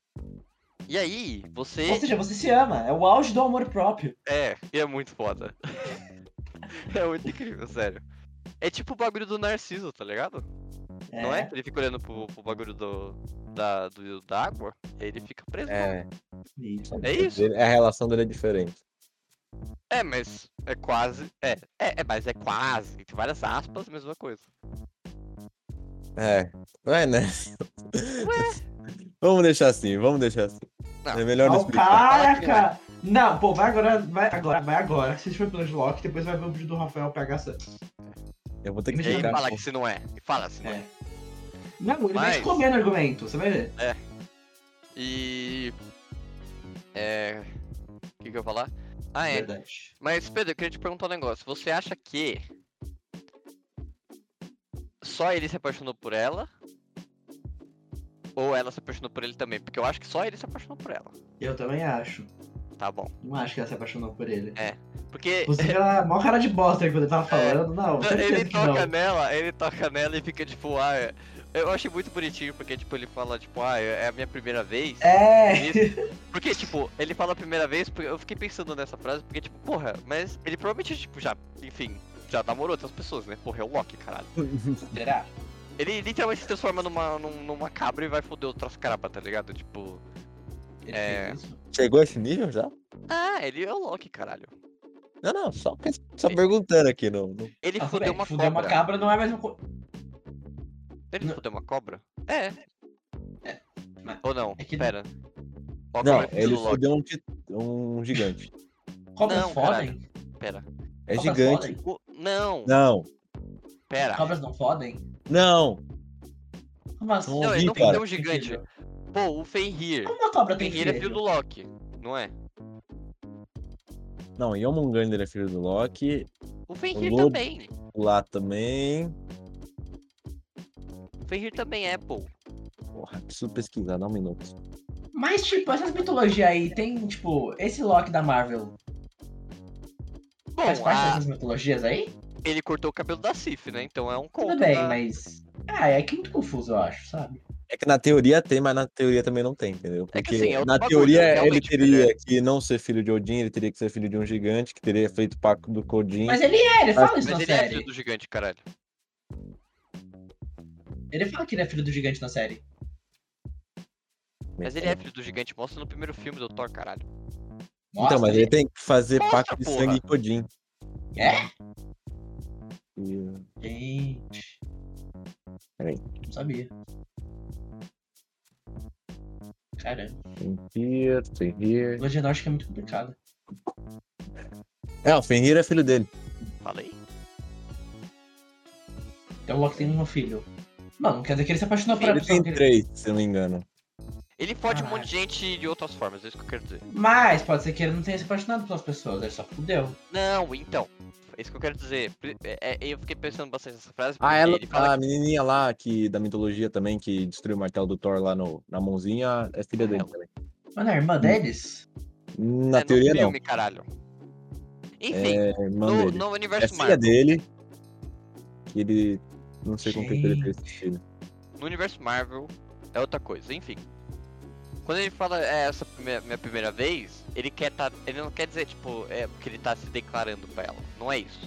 [SPEAKER 1] E aí,
[SPEAKER 3] Ou
[SPEAKER 1] você.
[SPEAKER 3] seja, você se ama. É o auge do amor próprio.
[SPEAKER 1] É, e é muito foda. é muito incrível, sério. É tipo o bagulho do Narciso, tá ligado? Não é que ele fica olhando pro, pro bagulho do. Da, do, da água, e aí ele fica preso. É,
[SPEAKER 2] É.
[SPEAKER 3] Isso.
[SPEAKER 2] sabe?
[SPEAKER 1] É isso.
[SPEAKER 2] Ele- A relação dele é diferente.
[SPEAKER 1] mas é quase. É, é, é, mas é quase. Entre várias aspas, mesma coisa.
[SPEAKER 2] É. Ué, né?
[SPEAKER 1] Ué,
[SPEAKER 2] Vamos deixar assim, vamos deixar assim.
[SPEAKER 1] Não.
[SPEAKER 2] É melhor não
[SPEAKER 3] Ó, o
[SPEAKER 2] explicar.
[SPEAKER 3] cara,
[SPEAKER 1] Fala que é.
[SPEAKER 3] cara. Não, pô, vai agora, vai agora, vai agora. Assiste o episódio de Loki, depois vai ver o vídeo do Rafael pegar essa.
[SPEAKER 2] Eu vou ter que
[SPEAKER 1] e aí
[SPEAKER 3] Explicar,
[SPEAKER 2] explicar.
[SPEAKER 1] fala
[SPEAKER 3] pô.
[SPEAKER 1] que se não é. E fala se não é.
[SPEAKER 3] É. Não, ele vai
[SPEAKER 1] Mas-
[SPEAKER 3] te comendo argumento, você vai ver.
[SPEAKER 1] E. É. O que, que eu ia falar? Ah, é.
[SPEAKER 3] Verdade.
[SPEAKER 1] Mas, Pedro, eu queria te perguntar um negócio. Você acha que. Só ele se apaixonou por ela? Ou ela se apaixonou por ele também? Porque eu acho que só ele se apaixonou por ela.
[SPEAKER 3] Eu também acho.
[SPEAKER 1] Tá bom.
[SPEAKER 3] Não acho que ela se apaixonou por ele.
[SPEAKER 1] Porque.
[SPEAKER 3] Inclusive, ela é mó cara de bosta aí quando ele tava falando. Não, certeza
[SPEAKER 1] É. Ele
[SPEAKER 3] que não.
[SPEAKER 1] toca nela, ele toca nela e fica tipo, ah, é- eu achei muito bonitinho, porque tipo, ele fala, tipo, ah, é a minha primeira vez.
[SPEAKER 3] É.
[SPEAKER 1] Porque, tipo, ele fala a primeira vez, porque eu fiquei pensando nessa frase, porque, tipo, porra, mas ele provavelmente, tipo, já, enfim, já namorou outras pessoas, né? Porra, é o Loki, caralho.
[SPEAKER 3] Será?
[SPEAKER 1] Ele literalmente se transforma numa, num- numa cabra e vai foder outras carabas, tá ligado? Tipo,
[SPEAKER 3] Ele
[SPEAKER 1] É.
[SPEAKER 3] fez isso?
[SPEAKER 2] Chegou a esse nível já?
[SPEAKER 1] ah, ele é o Loki, caralho.
[SPEAKER 2] Não, não, só, só perguntando aqui. Não, não-
[SPEAKER 1] Ele
[SPEAKER 3] Ah, tudo
[SPEAKER 1] fodeu
[SPEAKER 3] bem,
[SPEAKER 1] uma
[SPEAKER 3] fuder
[SPEAKER 1] cobra.
[SPEAKER 3] uma cabra não é mais um.
[SPEAKER 1] Ele
[SPEAKER 3] Não.
[SPEAKER 1] fodeu uma cobra? É.
[SPEAKER 3] É, mas-
[SPEAKER 1] Ou não?
[SPEAKER 3] é que-
[SPEAKER 1] Pera. Ó,
[SPEAKER 2] não
[SPEAKER 1] como é que
[SPEAKER 2] ele
[SPEAKER 1] fudeu o Loki?
[SPEAKER 2] fudeu um, tit- um gigante.
[SPEAKER 3] Cobras
[SPEAKER 1] Não,
[SPEAKER 3] fodem?
[SPEAKER 1] Pera.
[SPEAKER 2] É
[SPEAKER 3] Cobras
[SPEAKER 2] gigante.
[SPEAKER 3] fodem?
[SPEAKER 1] O- Não,
[SPEAKER 2] Não,
[SPEAKER 1] pera.
[SPEAKER 3] Cobras não fodem?
[SPEAKER 2] não.
[SPEAKER 3] Como assim?
[SPEAKER 2] Não,
[SPEAKER 1] Não, ele
[SPEAKER 2] vi,
[SPEAKER 1] não
[SPEAKER 2] cara.
[SPEAKER 1] fodeu um gigante. Pô, o Fenrir.
[SPEAKER 3] Como uma cobra
[SPEAKER 1] O
[SPEAKER 3] tem
[SPEAKER 1] Fenrir é filho
[SPEAKER 3] filho?
[SPEAKER 1] do Loki, não é?
[SPEAKER 2] Não, Yomungander é filho do Loki.
[SPEAKER 1] O Fenrir né?
[SPEAKER 2] lobo.
[SPEAKER 1] também.
[SPEAKER 2] Lá também.
[SPEAKER 1] Stranger também é Apple.
[SPEAKER 2] Porra, preciso pesquisar, dá um minuto.
[SPEAKER 3] Mas, tipo, essas mitologias aí, tem, tipo, esse Loki da Marvel
[SPEAKER 1] Bom,
[SPEAKER 3] faz parte
[SPEAKER 1] a-
[SPEAKER 3] dessas mitologias aí?
[SPEAKER 1] ele cortou o cabelo da Sif, né? Então é um conto.
[SPEAKER 3] Tudo bem,
[SPEAKER 1] da-
[SPEAKER 3] mas. Ah, é que é muito confuso, eu acho, sabe?
[SPEAKER 2] É que na teoria tem, mas na teoria também não tem, entendeu?
[SPEAKER 1] É que
[SPEAKER 2] Porque
[SPEAKER 1] assim, é outro
[SPEAKER 2] na
[SPEAKER 1] bagulho,
[SPEAKER 2] teoria ele
[SPEAKER 1] realmente,
[SPEAKER 2] teria
[SPEAKER 1] ele
[SPEAKER 2] que não ser filho de Odin, ele teria que ser filho de um gigante, que teria feito pacto do Codin.
[SPEAKER 3] Mas ele é, ele fala isso
[SPEAKER 1] Mas
[SPEAKER 3] na
[SPEAKER 1] ele é
[SPEAKER 3] série.
[SPEAKER 1] filho do gigante, caralho.
[SPEAKER 3] Ele fala que ele é filho do gigante na série.
[SPEAKER 1] Mas ele é filho do gigante, mostra no primeiro filme do Thor, caralho.
[SPEAKER 3] Nossa,
[SPEAKER 2] então, mas ele tem que fazer
[SPEAKER 1] Mostra,
[SPEAKER 2] pacto de
[SPEAKER 1] porra.
[SPEAKER 2] sangue com Odin.
[SPEAKER 3] É?
[SPEAKER 2] E-
[SPEAKER 3] Gente.
[SPEAKER 2] Peraí.
[SPEAKER 3] Não sabia. Caramba,
[SPEAKER 2] Fenrir, Fenrir.
[SPEAKER 3] mitologia nórdica é muito complicada.
[SPEAKER 2] É, o Fenrir é filho dele.
[SPEAKER 1] Falei?
[SPEAKER 3] Então o Loki tem um filho. Mano, não quer dizer que ele se apaixonou
[SPEAKER 1] é
[SPEAKER 3] por
[SPEAKER 2] Ele
[SPEAKER 3] ela, só
[SPEAKER 2] tem
[SPEAKER 3] que ele-
[SPEAKER 2] três, se eu não me engano.
[SPEAKER 1] Ele fode um
[SPEAKER 3] Caralho.
[SPEAKER 2] Ah.
[SPEAKER 1] monte de gente de outras formas, é isso que eu quero dizer.
[SPEAKER 3] Mas pode ser que ele não tenha se apaixonado pelas pessoas, ele só fudeu.
[SPEAKER 1] Não, então. É isso que eu quero dizer. Pri- é- é- eu fiquei pensando bastante nessa frase.
[SPEAKER 2] Ah,
[SPEAKER 1] porque
[SPEAKER 2] ela,
[SPEAKER 1] ele fala
[SPEAKER 2] a menininha lá que, da mitologia também, que destruiu o martelo do Thor lá no, na mãozinha, é filha
[SPEAKER 1] Ah,
[SPEAKER 2] dele
[SPEAKER 1] Ela.
[SPEAKER 2] também.
[SPEAKER 3] Mano, é a irmã deles?
[SPEAKER 2] Na
[SPEAKER 1] é,
[SPEAKER 2] teoria,
[SPEAKER 1] no
[SPEAKER 2] não.
[SPEAKER 1] filme, caralho. Enfim,
[SPEAKER 2] É irmã
[SPEAKER 1] no,
[SPEAKER 2] dele.
[SPEAKER 1] no
[SPEAKER 2] É
[SPEAKER 1] universo
[SPEAKER 2] filha
[SPEAKER 1] Marvel.
[SPEAKER 2] dele. Que ele. Não sei com quem que ele fez esse filho.
[SPEAKER 1] No universo Marvel é outra coisa, enfim. Quando ele fala é, essa primeira- minha primeira vez, ele quer tá. Ele não quer dizer, tipo, é porque ele tá se declarando pra ela. Não é isso.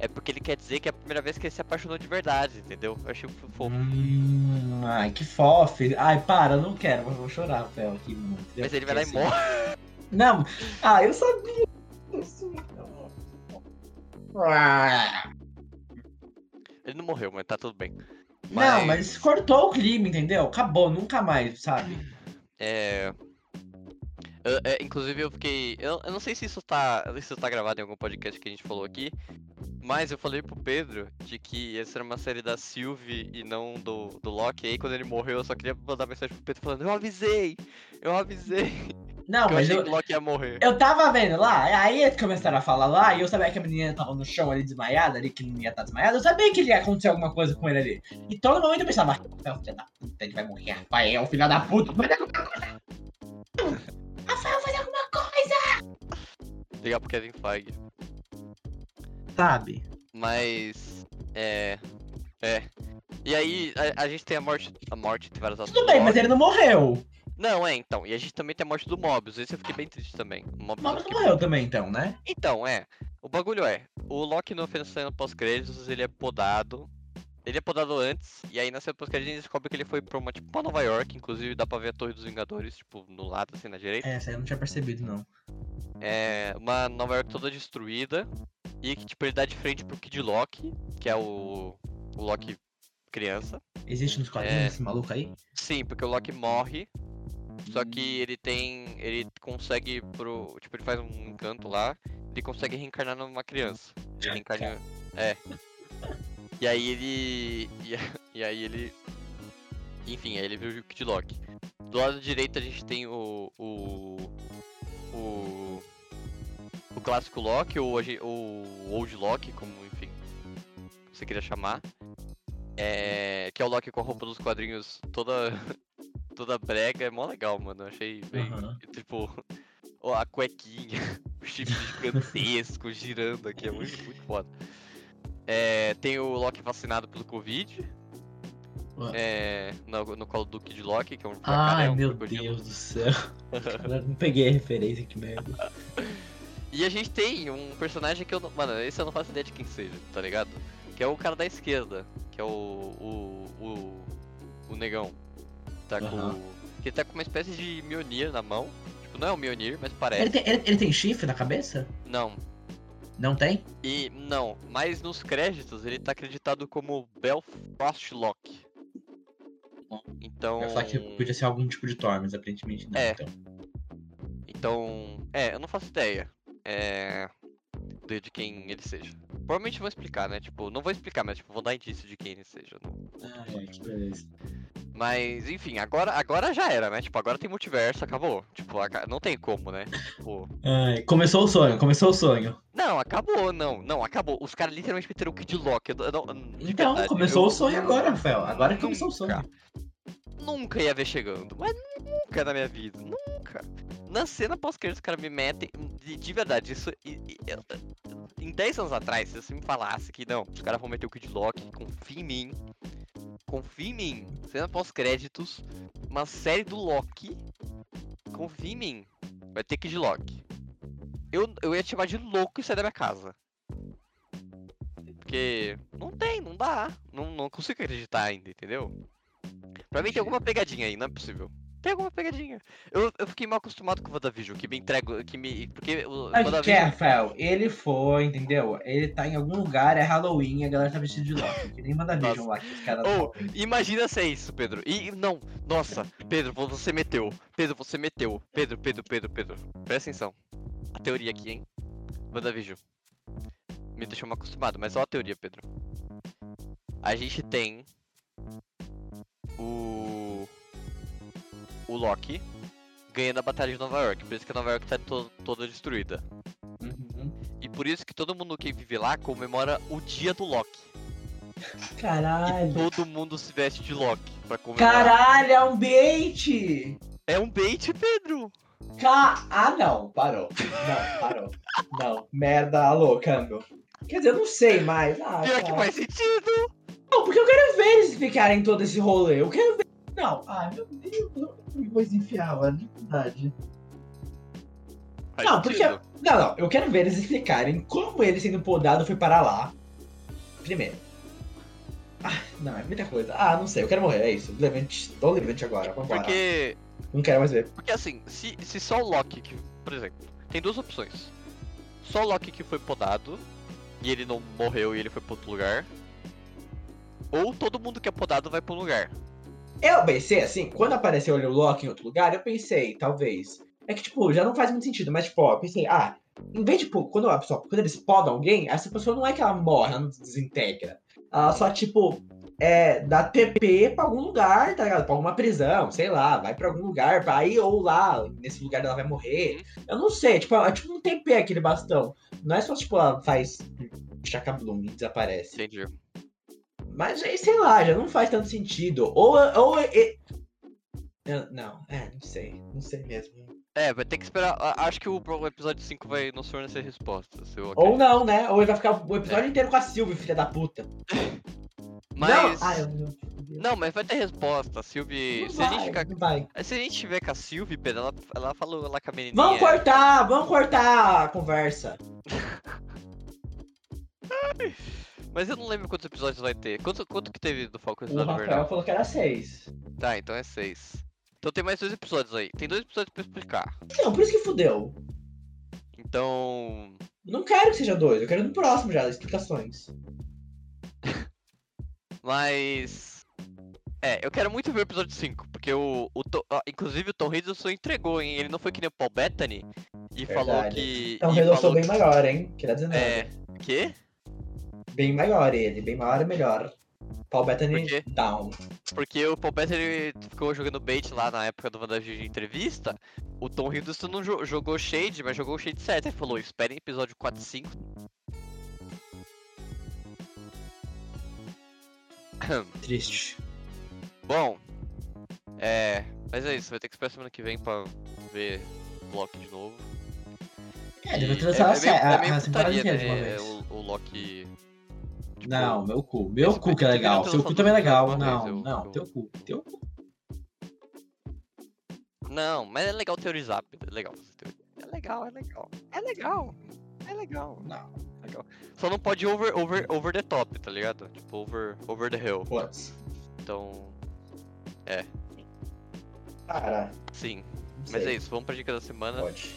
[SPEAKER 1] É porque ele quer dizer que é a primeira vez que ele se apaixonou de verdade, entendeu? Eu achei fo- fofo.
[SPEAKER 3] Hum, ai, que fofo. Ai, para, eu não quero, mas eu vou chorar, Fel, aqui. mano, entendeu?
[SPEAKER 1] Mas ele vai lá e
[SPEAKER 3] Assim.
[SPEAKER 1] morre.
[SPEAKER 3] Não, ah, eu sabia. Eu sabia.
[SPEAKER 1] Ele não morreu, mas tá tudo bem.
[SPEAKER 3] Não, mas cortou o clima, entendeu? Acabou, nunca mais, sabe?
[SPEAKER 1] É... eu- é, inclusive eu fiquei. Eu, eu não sei se isso tá. Isso tá gravado em algum podcast que a gente falou aqui. Mas eu falei pro Pedro de que essa era uma série da Sylvie e não do, do Loki. E aí quando ele morreu eu só queria mandar mensagem pro Pedro falando, eu avisei! Eu avisei!
[SPEAKER 3] Não,
[SPEAKER 1] que eu
[SPEAKER 3] Ah, mas
[SPEAKER 1] achei
[SPEAKER 3] eu,
[SPEAKER 1] que o Loki ia morrer.
[SPEAKER 3] eu tava vendo lá, aí eles começaram a falar lá, e eu sabia que a menina tava no chão ali desmaiada, ali que não ia estar desmaiada, eu sabia que ia acontecer alguma coisa com ele ali. E todo momento eu pensava, Rafael, filho da puta, ele vai morrer, Rafael, filho da puta, vai dar alguma coisa! Rafael, vai dar alguma coisa!
[SPEAKER 1] Ligar pro Kevin Feige.
[SPEAKER 3] Sabe?
[SPEAKER 1] Mas. É. É. E aí a, a gente tem a morte. A morte tem várias
[SPEAKER 3] Tudo bem, mas ele não morreu.
[SPEAKER 1] Não, é, então. E a gente também tem a morte do Mobius. Esse eu fiquei bem triste também. O Mobius é eu
[SPEAKER 3] O Mauro
[SPEAKER 1] fiquei
[SPEAKER 3] não morreu também, então, né?
[SPEAKER 1] Então, é. O bagulho é, o Loki no final da cena pós-créditos, ele é podado. Ele é podado antes, e aí na cena pós-créditos a gente descobre que ele foi pra uma, tipo, pra Nova York, inclusive dá pra ver a Torre dos Vingadores, tipo, no lado, assim, na direita.
[SPEAKER 3] É, essa aí eu não tinha percebido, não.
[SPEAKER 1] É, uma Nova York toda destruída, e que, tipo, ele dá de frente pro Kid Loki, que é o, o Loki criança.
[SPEAKER 3] Existe nos quadrinhos
[SPEAKER 1] É.
[SPEAKER 3] esse maluco aí?
[SPEAKER 1] Sim, porque o Loki morre, só que ele tem, ele consegue pro, tipo, ele faz um encanto lá, ele consegue reencarnar numa criança.
[SPEAKER 3] Ah,
[SPEAKER 1] Ele reencarna, é. E aí ele, e, a- e aí ele, enfim, aí ele viu o Kid Loki. Do lado direito a gente tem o, o, o, o clássico Loki ou a gen- ou o Old Loki, como, enfim, você queria chamar. É, que é o Loki com a roupa dos quadrinhos toda toda brega, é mó legal, mano. Eu achei bem,
[SPEAKER 3] Aham.
[SPEAKER 1] tipo, ó, a cuequinha, o chifre gigantesco girando aqui, é muito, muito foda. É, tem o Loki vacinado pelo Covid.
[SPEAKER 3] Ué.
[SPEAKER 1] É, no, no colo do Kid Loki, que é um jacaré,
[SPEAKER 3] Ai,
[SPEAKER 1] um
[SPEAKER 3] meu
[SPEAKER 1] crocodilo.
[SPEAKER 3] Deus do céu. Cara, não peguei a referência, que merda.
[SPEAKER 1] E a gente tem um personagem que eu não. Mano, esse eu não faço ideia de quem seja, tá ligado? Que é o cara da esquerda, que é o. o. o, o negão. Tá
[SPEAKER 3] Aham.
[SPEAKER 1] com. Que tá com uma espécie de Mionir na mão. Tipo, não é o Mionir, mas
[SPEAKER 3] Ele
[SPEAKER 1] parece.
[SPEAKER 3] tem, ele- ele tem chifre na cabeça?
[SPEAKER 1] Não.
[SPEAKER 3] Não tem?
[SPEAKER 1] E não, mas nos créditos ele tá acreditado como Belfast Lock. Então.
[SPEAKER 3] Eu ia falar que podia ser algum tipo de Thor, mas aparentemente não.
[SPEAKER 1] É.
[SPEAKER 3] Então.
[SPEAKER 1] Então. É, eu não faço ideia. É. De, de quem ele seja. Provavelmente vou explicar, né? Tipo, não vou explicar, mas tipo, vou dar indício de quem ele seja. Não-
[SPEAKER 3] Ai, ai, que beleza.
[SPEAKER 1] né. Mas, enfim, agora, agora já era, né? Tipo, agora tem multiverso, acabou. Tipo, aca- não tem como, né? Tipo,
[SPEAKER 3] Ai, começou o sonho, começou o sonho.
[SPEAKER 1] não, acabou, não, não, acabou. Os caras literalmente meteram o Kid Loki. Eu, eu não- de
[SPEAKER 3] Então,
[SPEAKER 1] verdade,
[SPEAKER 3] começou
[SPEAKER 1] eu-
[SPEAKER 3] o sonho agora, Rafael. Agora que
[SPEAKER 1] Nunca.
[SPEAKER 3] começou o sonho.
[SPEAKER 1] Nunca ia ver chegando. Mas nunca na minha vida. Nunca. Na cena pós-crédito, os caras me metem. De, de verdade, isso. e- e- eu- em 10 anos atrás, se você me falasse que não, os caras vão meter o Kid Lock, confia em mim. Confia em mim. Cena pós-créditos, uma série do Loki. Confia em mim. Vai ter Kid Lock. Eu, eu ia te chamar de louco e sair da minha casa. Porque não tem, não dá. Não, não consigo acreditar ainda, entendeu? Pra mim tem alguma pegadinha aí, não é possível. Tem alguma pegadinha. Eu, eu fiquei mal acostumado com o WandaVision, que me entrego, que me... Porque o
[SPEAKER 3] Mas que é,
[SPEAKER 1] WandaVision...
[SPEAKER 3] Rafael, ele foi, entendeu? Ele tá em algum lugar, é Halloween, a galera tá vestida de Loki. Que nem manda vídeo lá que os caras.
[SPEAKER 1] Ou, imagina ser isso, Pedro. E, e não, nossa, Pedro, vo- você meteu. Pedro, você meteu. Pedro, Pedro, Pedro, Pedro. Presta atenção. A teoria aqui, hein. WandaVision. Me deixou mal acostumado, mas olha a teoria, Pedro. A gente tem... O... O Loki ganhando a Batalha de Nova York. Por isso que Nova York tá to- toda destruída.
[SPEAKER 3] Uhum.
[SPEAKER 1] E por isso que todo mundo que vive lá comemora o dia do Loki. E
[SPEAKER 3] Caralho.
[SPEAKER 1] todo mundo se veste de Loki pra comemorar.
[SPEAKER 3] Caralho, é um bait!
[SPEAKER 1] É um bait, Pedro!
[SPEAKER 3] Ca... Ah, não, parou. Não, parou. Não, merda, alô, câmbio. Quer dizer, eu não sei mais. Ah,
[SPEAKER 1] Pior
[SPEAKER 3] tá.
[SPEAKER 1] que faz sentido!
[SPEAKER 3] Não, porque eu quero ver eles ficarem todo esse rolê. Eu quero ver. Não, ah, meu Deus, onde eu vou enfiar, mano? De verdade.
[SPEAKER 1] Faz
[SPEAKER 3] Não, porque-
[SPEAKER 1] sentido.
[SPEAKER 3] Não, não, eu quero ver eles explicarem como ele sendo podado foi parar lá. Primeiro. Ah, não, é muita coisa. Ah, não sei, eu quero morrer, é isso. Levante, dou levante agora, vambora.
[SPEAKER 1] Porque,
[SPEAKER 3] Não quero mais ver.
[SPEAKER 1] porque assim, se, se só o Loki, que, por exemplo, tem duas opções. Só o Loki que foi podado, e ele não morreu e ele foi pra outro lugar. Ou todo mundo que é podado vai pra um lugar.
[SPEAKER 3] Eu pensei assim, quando apareceu o Loki em outro lugar, eu pensei, talvez. É que, tipo, já não faz muito sentido, mas, tipo, ó, eu pensei, ah, em vez de, tipo, quando a pessoa, quando eles podam alguém, essa pessoa não é que ela morre, ela não se desintegra. Ela só, tipo, é, dá TP pra algum lugar, tá ligado? Pra alguma prisão, sei lá, vai pra algum lugar, pra aí ou lá, nesse lugar ela vai morrer. Eu não sei, tipo, é tipo um TP aquele bastão. Não é só, tipo, ela faz chacablum e desaparece.
[SPEAKER 1] Entendi.
[SPEAKER 3] Mas aí, sei lá, já não faz tanto sentido. Ou. ou e- Eu- não, é, não sei. Não sei mesmo.
[SPEAKER 1] É, vai ter que esperar. a- Acho que o pro- o episódio 5 vai nos fornecer respostas. eu
[SPEAKER 3] Ou
[SPEAKER 1] acredito.
[SPEAKER 3] não, né? Ou ele vai ficar o
[SPEAKER 1] É.
[SPEAKER 3] episódio inteiro com a Sylvie, filha da puta.
[SPEAKER 1] Mas.
[SPEAKER 3] Não, ah, eu não.
[SPEAKER 1] Não, mas vai ter resposta, Silvio.
[SPEAKER 3] Não
[SPEAKER 1] Se a
[SPEAKER 3] vai,
[SPEAKER 1] gente ficar.
[SPEAKER 3] não vai.
[SPEAKER 1] Se a gente tiver com a Silvia, Pedro, ela, ela falou lá com a menininha.
[SPEAKER 3] Vamos cortar, vamos cortar a conversa.
[SPEAKER 1] Mas eu não lembro quantos episódios vai ter. Quanto, quanto que teve do Falcão
[SPEAKER 3] O
[SPEAKER 1] episódio
[SPEAKER 3] Rafael
[SPEAKER 1] Invernal?
[SPEAKER 3] falou que era seis.
[SPEAKER 1] Tá, então é seis. Então tem mais dois episódios aí. Tem dois episódios pra explicar.
[SPEAKER 3] Não, por isso que fudeu.
[SPEAKER 1] Então.
[SPEAKER 3] Não quero que seja dois, eu quero no próximo já, explicações.
[SPEAKER 1] Mas. É, eu quero muito ver o episódio 5, porque o. o To- ah, inclusive o Tom Hiddleston entregou, hein? Ele não foi que nem o Paul Bettany e falou
[SPEAKER 3] Verdade.
[SPEAKER 1] que.
[SPEAKER 3] É um
[SPEAKER 1] e
[SPEAKER 3] redução
[SPEAKER 1] falou
[SPEAKER 3] bem
[SPEAKER 1] que-
[SPEAKER 3] maior, hein? Que dá 19.
[SPEAKER 1] É. Quê?
[SPEAKER 3] Bem maior ele, bem maior é melhor. Paul Bettany
[SPEAKER 1] Por quê?
[SPEAKER 3] down.
[SPEAKER 1] Porque o Paul Bettany ele ficou jogando bait lá na época do WandaVision de entrevista. O Tom Hiddleston não jo- jogou shade, mas jogou o shade certo. Ele falou, esperem episódio 4 e 5.
[SPEAKER 3] Triste.
[SPEAKER 1] Bom, é... Mas é isso, vai ter que esperar semana que vem pra ver o Loki de novo.
[SPEAKER 3] É, ele vai
[SPEAKER 1] E
[SPEAKER 3] transar a,
[SPEAKER 1] meio-
[SPEAKER 3] sé- a,
[SPEAKER 1] meio
[SPEAKER 3] a temporada
[SPEAKER 1] putaria,
[SPEAKER 3] inteira de uma
[SPEAKER 1] né,
[SPEAKER 3] vez.
[SPEAKER 1] O, o Loki... tipo,
[SPEAKER 3] Não, meu cu. Meu
[SPEAKER 1] esse
[SPEAKER 3] cu que é
[SPEAKER 1] primeiro
[SPEAKER 3] legal.
[SPEAKER 1] transou
[SPEAKER 3] Seu cu
[SPEAKER 1] só
[SPEAKER 3] também é
[SPEAKER 1] duas vezes,
[SPEAKER 3] legal.
[SPEAKER 1] uma
[SPEAKER 3] Não,
[SPEAKER 1] vez, eu-
[SPEAKER 3] não,
[SPEAKER 1] eu-
[SPEAKER 3] teu cu. Teu cu.
[SPEAKER 1] Não, mas é legal teorizar, Pedro, é legal fazer teoria. É legal, é legal. É legal, é legal.
[SPEAKER 3] Não.
[SPEAKER 1] Só não pode over, over, over the top, tá ligado? Tipo, over, over the hill.
[SPEAKER 3] Putz.
[SPEAKER 1] Então,
[SPEAKER 3] Cara.
[SPEAKER 1] sim. Mas é isso, vamos pra dica da semana.
[SPEAKER 3] Pode.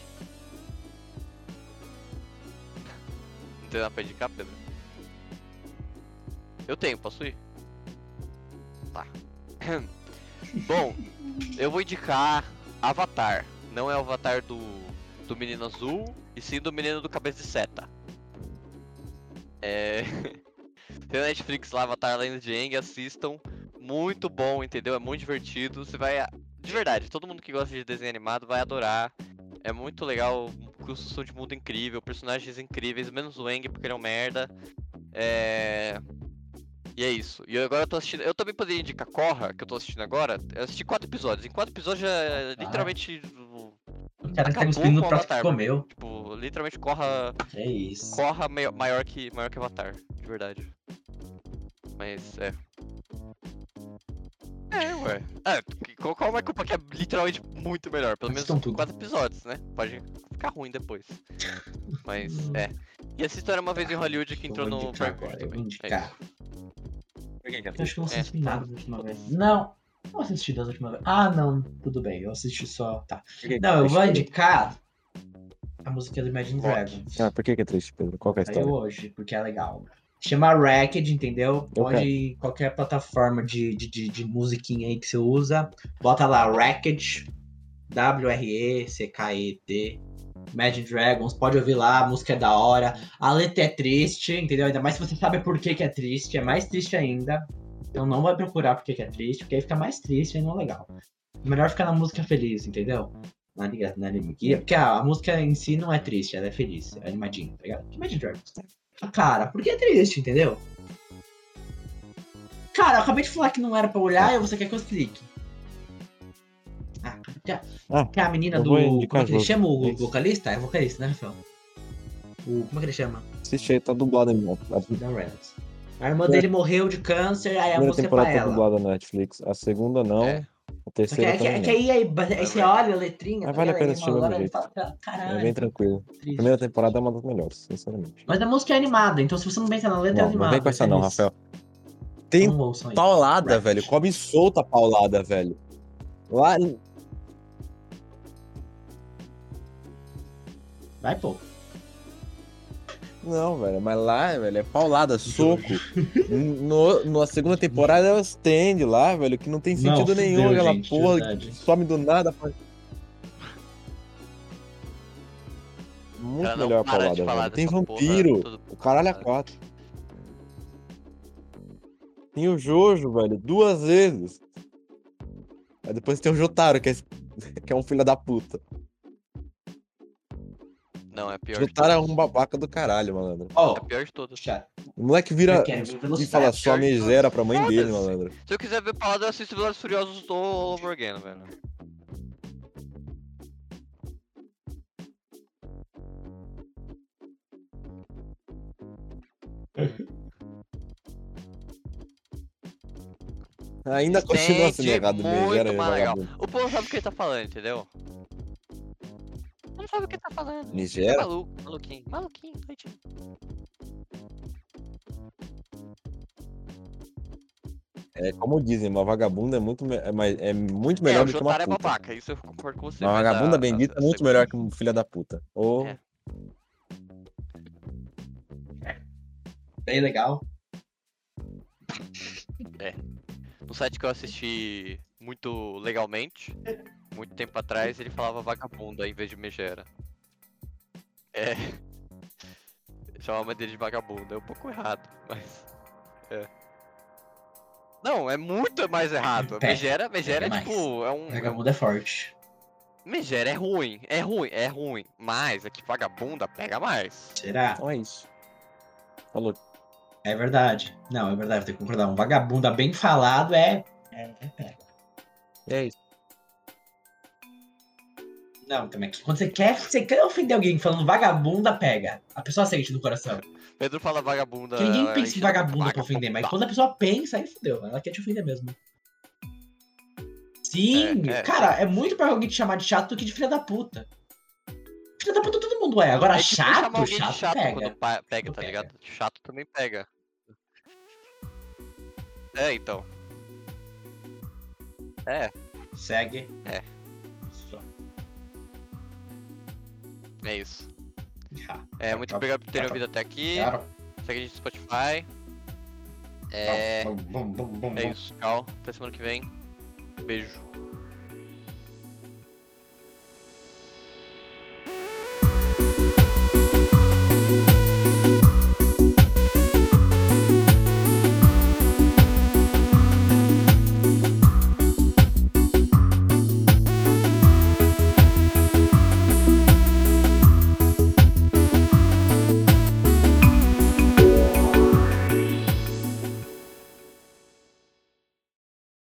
[SPEAKER 1] Não tem nada pra indicar, Pedro? Eu tenho, posso ir? Tá. Bom, eu vou indicar Avatar. Não é o Avatar do, do Menino Azul, e sim do Menino do Cabeça de Seta. É... tem na Netflix lá, Avatar Lenda de Aang, assistam. muito bom, entendeu? É muito divertido. Você vai. De verdade, todo mundo que gosta de desenho animado vai adorar. É muito legal, construção de mundo incrível, personagens incríveis, menos o Eng, porque ele é um merda. É. E é isso. E agora eu tô assistindo. Eu também poderia indicar Corra, que eu tô assistindo agora. Eu assisti quatro episódios. Em quatro episódios já é literalmente.
[SPEAKER 3] cara tá
[SPEAKER 1] acabou
[SPEAKER 3] cuspindo
[SPEAKER 1] com
[SPEAKER 3] no
[SPEAKER 1] o
[SPEAKER 3] próprio que
[SPEAKER 1] Avatar,
[SPEAKER 3] comeu.
[SPEAKER 1] Tipo, literalmente Corra.
[SPEAKER 3] Que É isso.
[SPEAKER 1] Corra mai- maior que, maior que Avatar, de verdade. Mas é. É, ué. É, que- qual, qual é uma culpa que é literalmente muito melhor? Pelo
[SPEAKER 3] Eles
[SPEAKER 1] menos
[SPEAKER 3] estão tudo.
[SPEAKER 1] quatro episódios, né? Pode ficar ruim depois. Mas é. E essa história uma vez em Hollywood que
[SPEAKER 3] Eu
[SPEAKER 1] entrou
[SPEAKER 3] vou
[SPEAKER 1] no
[SPEAKER 3] indicar
[SPEAKER 1] Parkour
[SPEAKER 3] agora, eu vou
[SPEAKER 1] também. É
[SPEAKER 3] indicar. Eu acho que eu não
[SPEAKER 1] É,
[SPEAKER 3] assisti nada da última vez. Não, não assisti das últimas vezes. Ah, não, tudo bem, eu assisti só. Tá. Não, eu vou indicar a música do Imagine
[SPEAKER 1] Rock.
[SPEAKER 3] Dragons.
[SPEAKER 2] Ah, por que que é triste, Pedro? Qual que é a
[SPEAKER 3] Saiu
[SPEAKER 2] história?
[SPEAKER 3] hoje, porque é legal. Chama Racked, entendeu?
[SPEAKER 2] Eu
[SPEAKER 3] Pode
[SPEAKER 2] quero.
[SPEAKER 3] ir em qualquer plataforma de, de, de, de musiquinha aí que você usa. Bota lá Racked, W-R-E-C-K-E-T. Imagine Dragons, pode ouvir lá, a música é da hora. A letra é triste, entendeu? Ainda mais se você sabe por que, que é triste, é mais triste ainda. Então não vai procurar por que, que é triste, porque aí fica mais triste e não é legal. Melhor ficar na música feliz, entendeu? Na liga, na liga. Porque a, a música em si não é triste, ela é feliz, é animadinha, tá ligado? Imagine Dragons. Ah, Cara, porque é triste, entendeu? Cara, eu acabei de falar que não era pra olhar
[SPEAKER 2] É.
[SPEAKER 3] e você quer que eu explique. Ah, que a,
[SPEAKER 2] Ah,
[SPEAKER 3] que a menina
[SPEAKER 2] eu
[SPEAKER 3] do.
[SPEAKER 2] vou indicar
[SPEAKER 3] Como é que ele
[SPEAKER 2] jogo.
[SPEAKER 3] chama o
[SPEAKER 2] Isso.
[SPEAKER 3] vocalista? É vocalista, né, Rafael? O, como é que ele chama?
[SPEAKER 2] Assiste aí, tá dublado em A
[SPEAKER 3] Dan Reynolds. A irmã dele morreu de câncer, aí a
[SPEAKER 2] primeira
[SPEAKER 3] música é pra
[SPEAKER 2] temporada tá
[SPEAKER 3] ela.
[SPEAKER 2] dublada na Netflix, a segunda não,
[SPEAKER 1] É.
[SPEAKER 2] a
[SPEAKER 3] Só que,
[SPEAKER 2] terceira
[SPEAKER 3] é que, é
[SPEAKER 2] também
[SPEAKER 3] que
[SPEAKER 2] não.
[SPEAKER 3] aí, aí, aí você olha a
[SPEAKER 2] Mas
[SPEAKER 3] letrinha, tá
[SPEAKER 2] vale a
[SPEAKER 3] ligado?
[SPEAKER 2] pena
[SPEAKER 3] Aí
[SPEAKER 2] assistir
[SPEAKER 3] uma
[SPEAKER 2] do
[SPEAKER 3] hora
[SPEAKER 2] mesmo
[SPEAKER 3] ele fala, caralho.
[SPEAKER 2] É bem tranquilo. A
[SPEAKER 3] triste.
[SPEAKER 2] primeira temporada é uma das melhores, sinceramente.
[SPEAKER 3] Mas a música é animada, então se você não pensa na letra, é
[SPEAKER 2] Não,
[SPEAKER 3] animada.
[SPEAKER 2] não vem com essa
[SPEAKER 3] é
[SPEAKER 2] não,
[SPEAKER 3] isso. um
[SPEAKER 2] Rafael. Tem
[SPEAKER 3] Não ouçam isso.
[SPEAKER 2] paulada,
[SPEAKER 3] Right.
[SPEAKER 2] velho. Come solta a paulada, velho. Lá
[SPEAKER 3] Vai, pô.
[SPEAKER 2] Não, velho, mas lá, velho, é paulada, soco. no, na segunda temporada é o stand lá, velho, que não tem
[SPEAKER 3] Não,
[SPEAKER 2] sentido
[SPEAKER 3] fudeu,
[SPEAKER 2] nenhum aquela
[SPEAKER 3] gente,
[SPEAKER 2] porra
[SPEAKER 3] verdade.
[SPEAKER 2] que some do nada. faz- Muito
[SPEAKER 1] Cara, não
[SPEAKER 2] melhor a
[SPEAKER 1] para de
[SPEAKER 2] paulada,
[SPEAKER 1] falar
[SPEAKER 2] velho. Tem
[SPEAKER 1] dessa porra,
[SPEAKER 2] vampiro,
[SPEAKER 1] tudo-
[SPEAKER 2] o caralho a quatro. Tem o Jojo, velho, duas vezes. Aí depois tem o Jotaro, que é, que é um filho da puta.
[SPEAKER 1] Não, é pior. de
[SPEAKER 2] Jotaro é
[SPEAKER 1] todas.
[SPEAKER 2] um babaca do caralho, malandro.
[SPEAKER 3] Ó,
[SPEAKER 1] É pior de todos.
[SPEAKER 3] chato.
[SPEAKER 2] O moleque vira
[SPEAKER 3] Eu quero ver
[SPEAKER 2] e
[SPEAKER 3] velocidade,
[SPEAKER 2] fala só
[SPEAKER 1] pior de
[SPEAKER 2] megera
[SPEAKER 1] todos.
[SPEAKER 2] pra mãe dele,
[SPEAKER 1] Foda-se.
[SPEAKER 2] malandro.
[SPEAKER 1] Se eu quiser ver paulada, eu assisto Velozes e Furiosos do All Over Again, velho.
[SPEAKER 2] Ainda continua sendo
[SPEAKER 1] Gente, é
[SPEAKER 2] negado
[SPEAKER 1] muito
[SPEAKER 2] megera e
[SPEAKER 1] mais legal.
[SPEAKER 2] vagabundo.
[SPEAKER 1] O povo não sabe o que ele tá falando, entendeu? Não sabe o que ele tá falando. É
[SPEAKER 2] Megera?
[SPEAKER 1] maluco, maluquinho, maluquinho, doidinho.
[SPEAKER 2] É como dizem, uma vagabunda é muito, me- é mais- é muito
[SPEAKER 1] É,
[SPEAKER 2] melhor
[SPEAKER 1] o
[SPEAKER 2] do que uma
[SPEAKER 1] Jotaro é
[SPEAKER 2] puta.
[SPEAKER 1] babaca, isso eu concordo com você.
[SPEAKER 2] Uma
[SPEAKER 1] mas a-
[SPEAKER 2] vagabunda
[SPEAKER 1] a-
[SPEAKER 2] bendita
[SPEAKER 1] a
[SPEAKER 2] é muito
[SPEAKER 1] segunda-
[SPEAKER 2] melhor que um filho da puta. Ou
[SPEAKER 1] É.
[SPEAKER 3] Bem legal.
[SPEAKER 1] No site que eu assisti muito legalmente, muito tempo atrás, ele falava vagabunda em vez de megera. É. Chamava dele de vagabunda, é um pouco errado, mas. É. Não, é muito mais errado.
[SPEAKER 3] É,
[SPEAKER 1] Megera, megera é,
[SPEAKER 3] demais.
[SPEAKER 1] tipo. É um, é um-
[SPEAKER 3] Vagabundo é forte.
[SPEAKER 1] Megera é ruim, é ruim, é ruim. Mas é que vagabunda pega mais.
[SPEAKER 3] Será?
[SPEAKER 2] Então é isso. Tá Falou.
[SPEAKER 3] É verdade. Não, é verdade, vou ter que concordar. Um vagabundo bem falado é. é- é pé.
[SPEAKER 2] É isso.
[SPEAKER 3] Não, também. que Quando você quer, você quer ofender alguém falando vagabunda, pega. A pessoa sente no coração.
[SPEAKER 1] Pedro fala vagabunda.
[SPEAKER 3] Porque ninguém
[SPEAKER 1] ela
[SPEAKER 3] pensa em
[SPEAKER 1] enche a boca,
[SPEAKER 3] vagabundo pra ofender, mas quando a pessoa pensa, aí fodeu. Ela quer te ofender mesmo. Sim,
[SPEAKER 1] É, é.
[SPEAKER 3] cara, é muito pior alguém te chamar de chato do que de filha da puta. Filha da puta todo mundo é. Agora,
[SPEAKER 1] É tipo chamar
[SPEAKER 3] chato,
[SPEAKER 1] alguém de
[SPEAKER 3] chato, pega.
[SPEAKER 1] quando pa- pega,
[SPEAKER 3] Quando
[SPEAKER 1] tá
[SPEAKER 3] pega.
[SPEAKER 1] ligado? Chato também pega. É, então.
[SPEAKER 3] Segue.
[SPEAKER 1] É.
[SPEAKER 3] Só.
[SPEAKER 1] É isso.
[SPEAKER 3] Já,
[SPEAKER 1] É, muito
[SPEAKER 3] Tá,
[SPEAKER 1] obrigado por terem
[SPEAKER 3] tá, tá.
[SPEAKER 1] ouvido até aqui.
[SPEAKER 3] Claro.
[SPEAKER 1] Segue a gente no Spotify. É,
[SPEAKER 3] Bom, bom, bom, bom,
[SPEAKER 1] é
[SPEAKER 3] bom.
[SPEAKER 1] isso. Tchau. Até semana que vem. Beijo.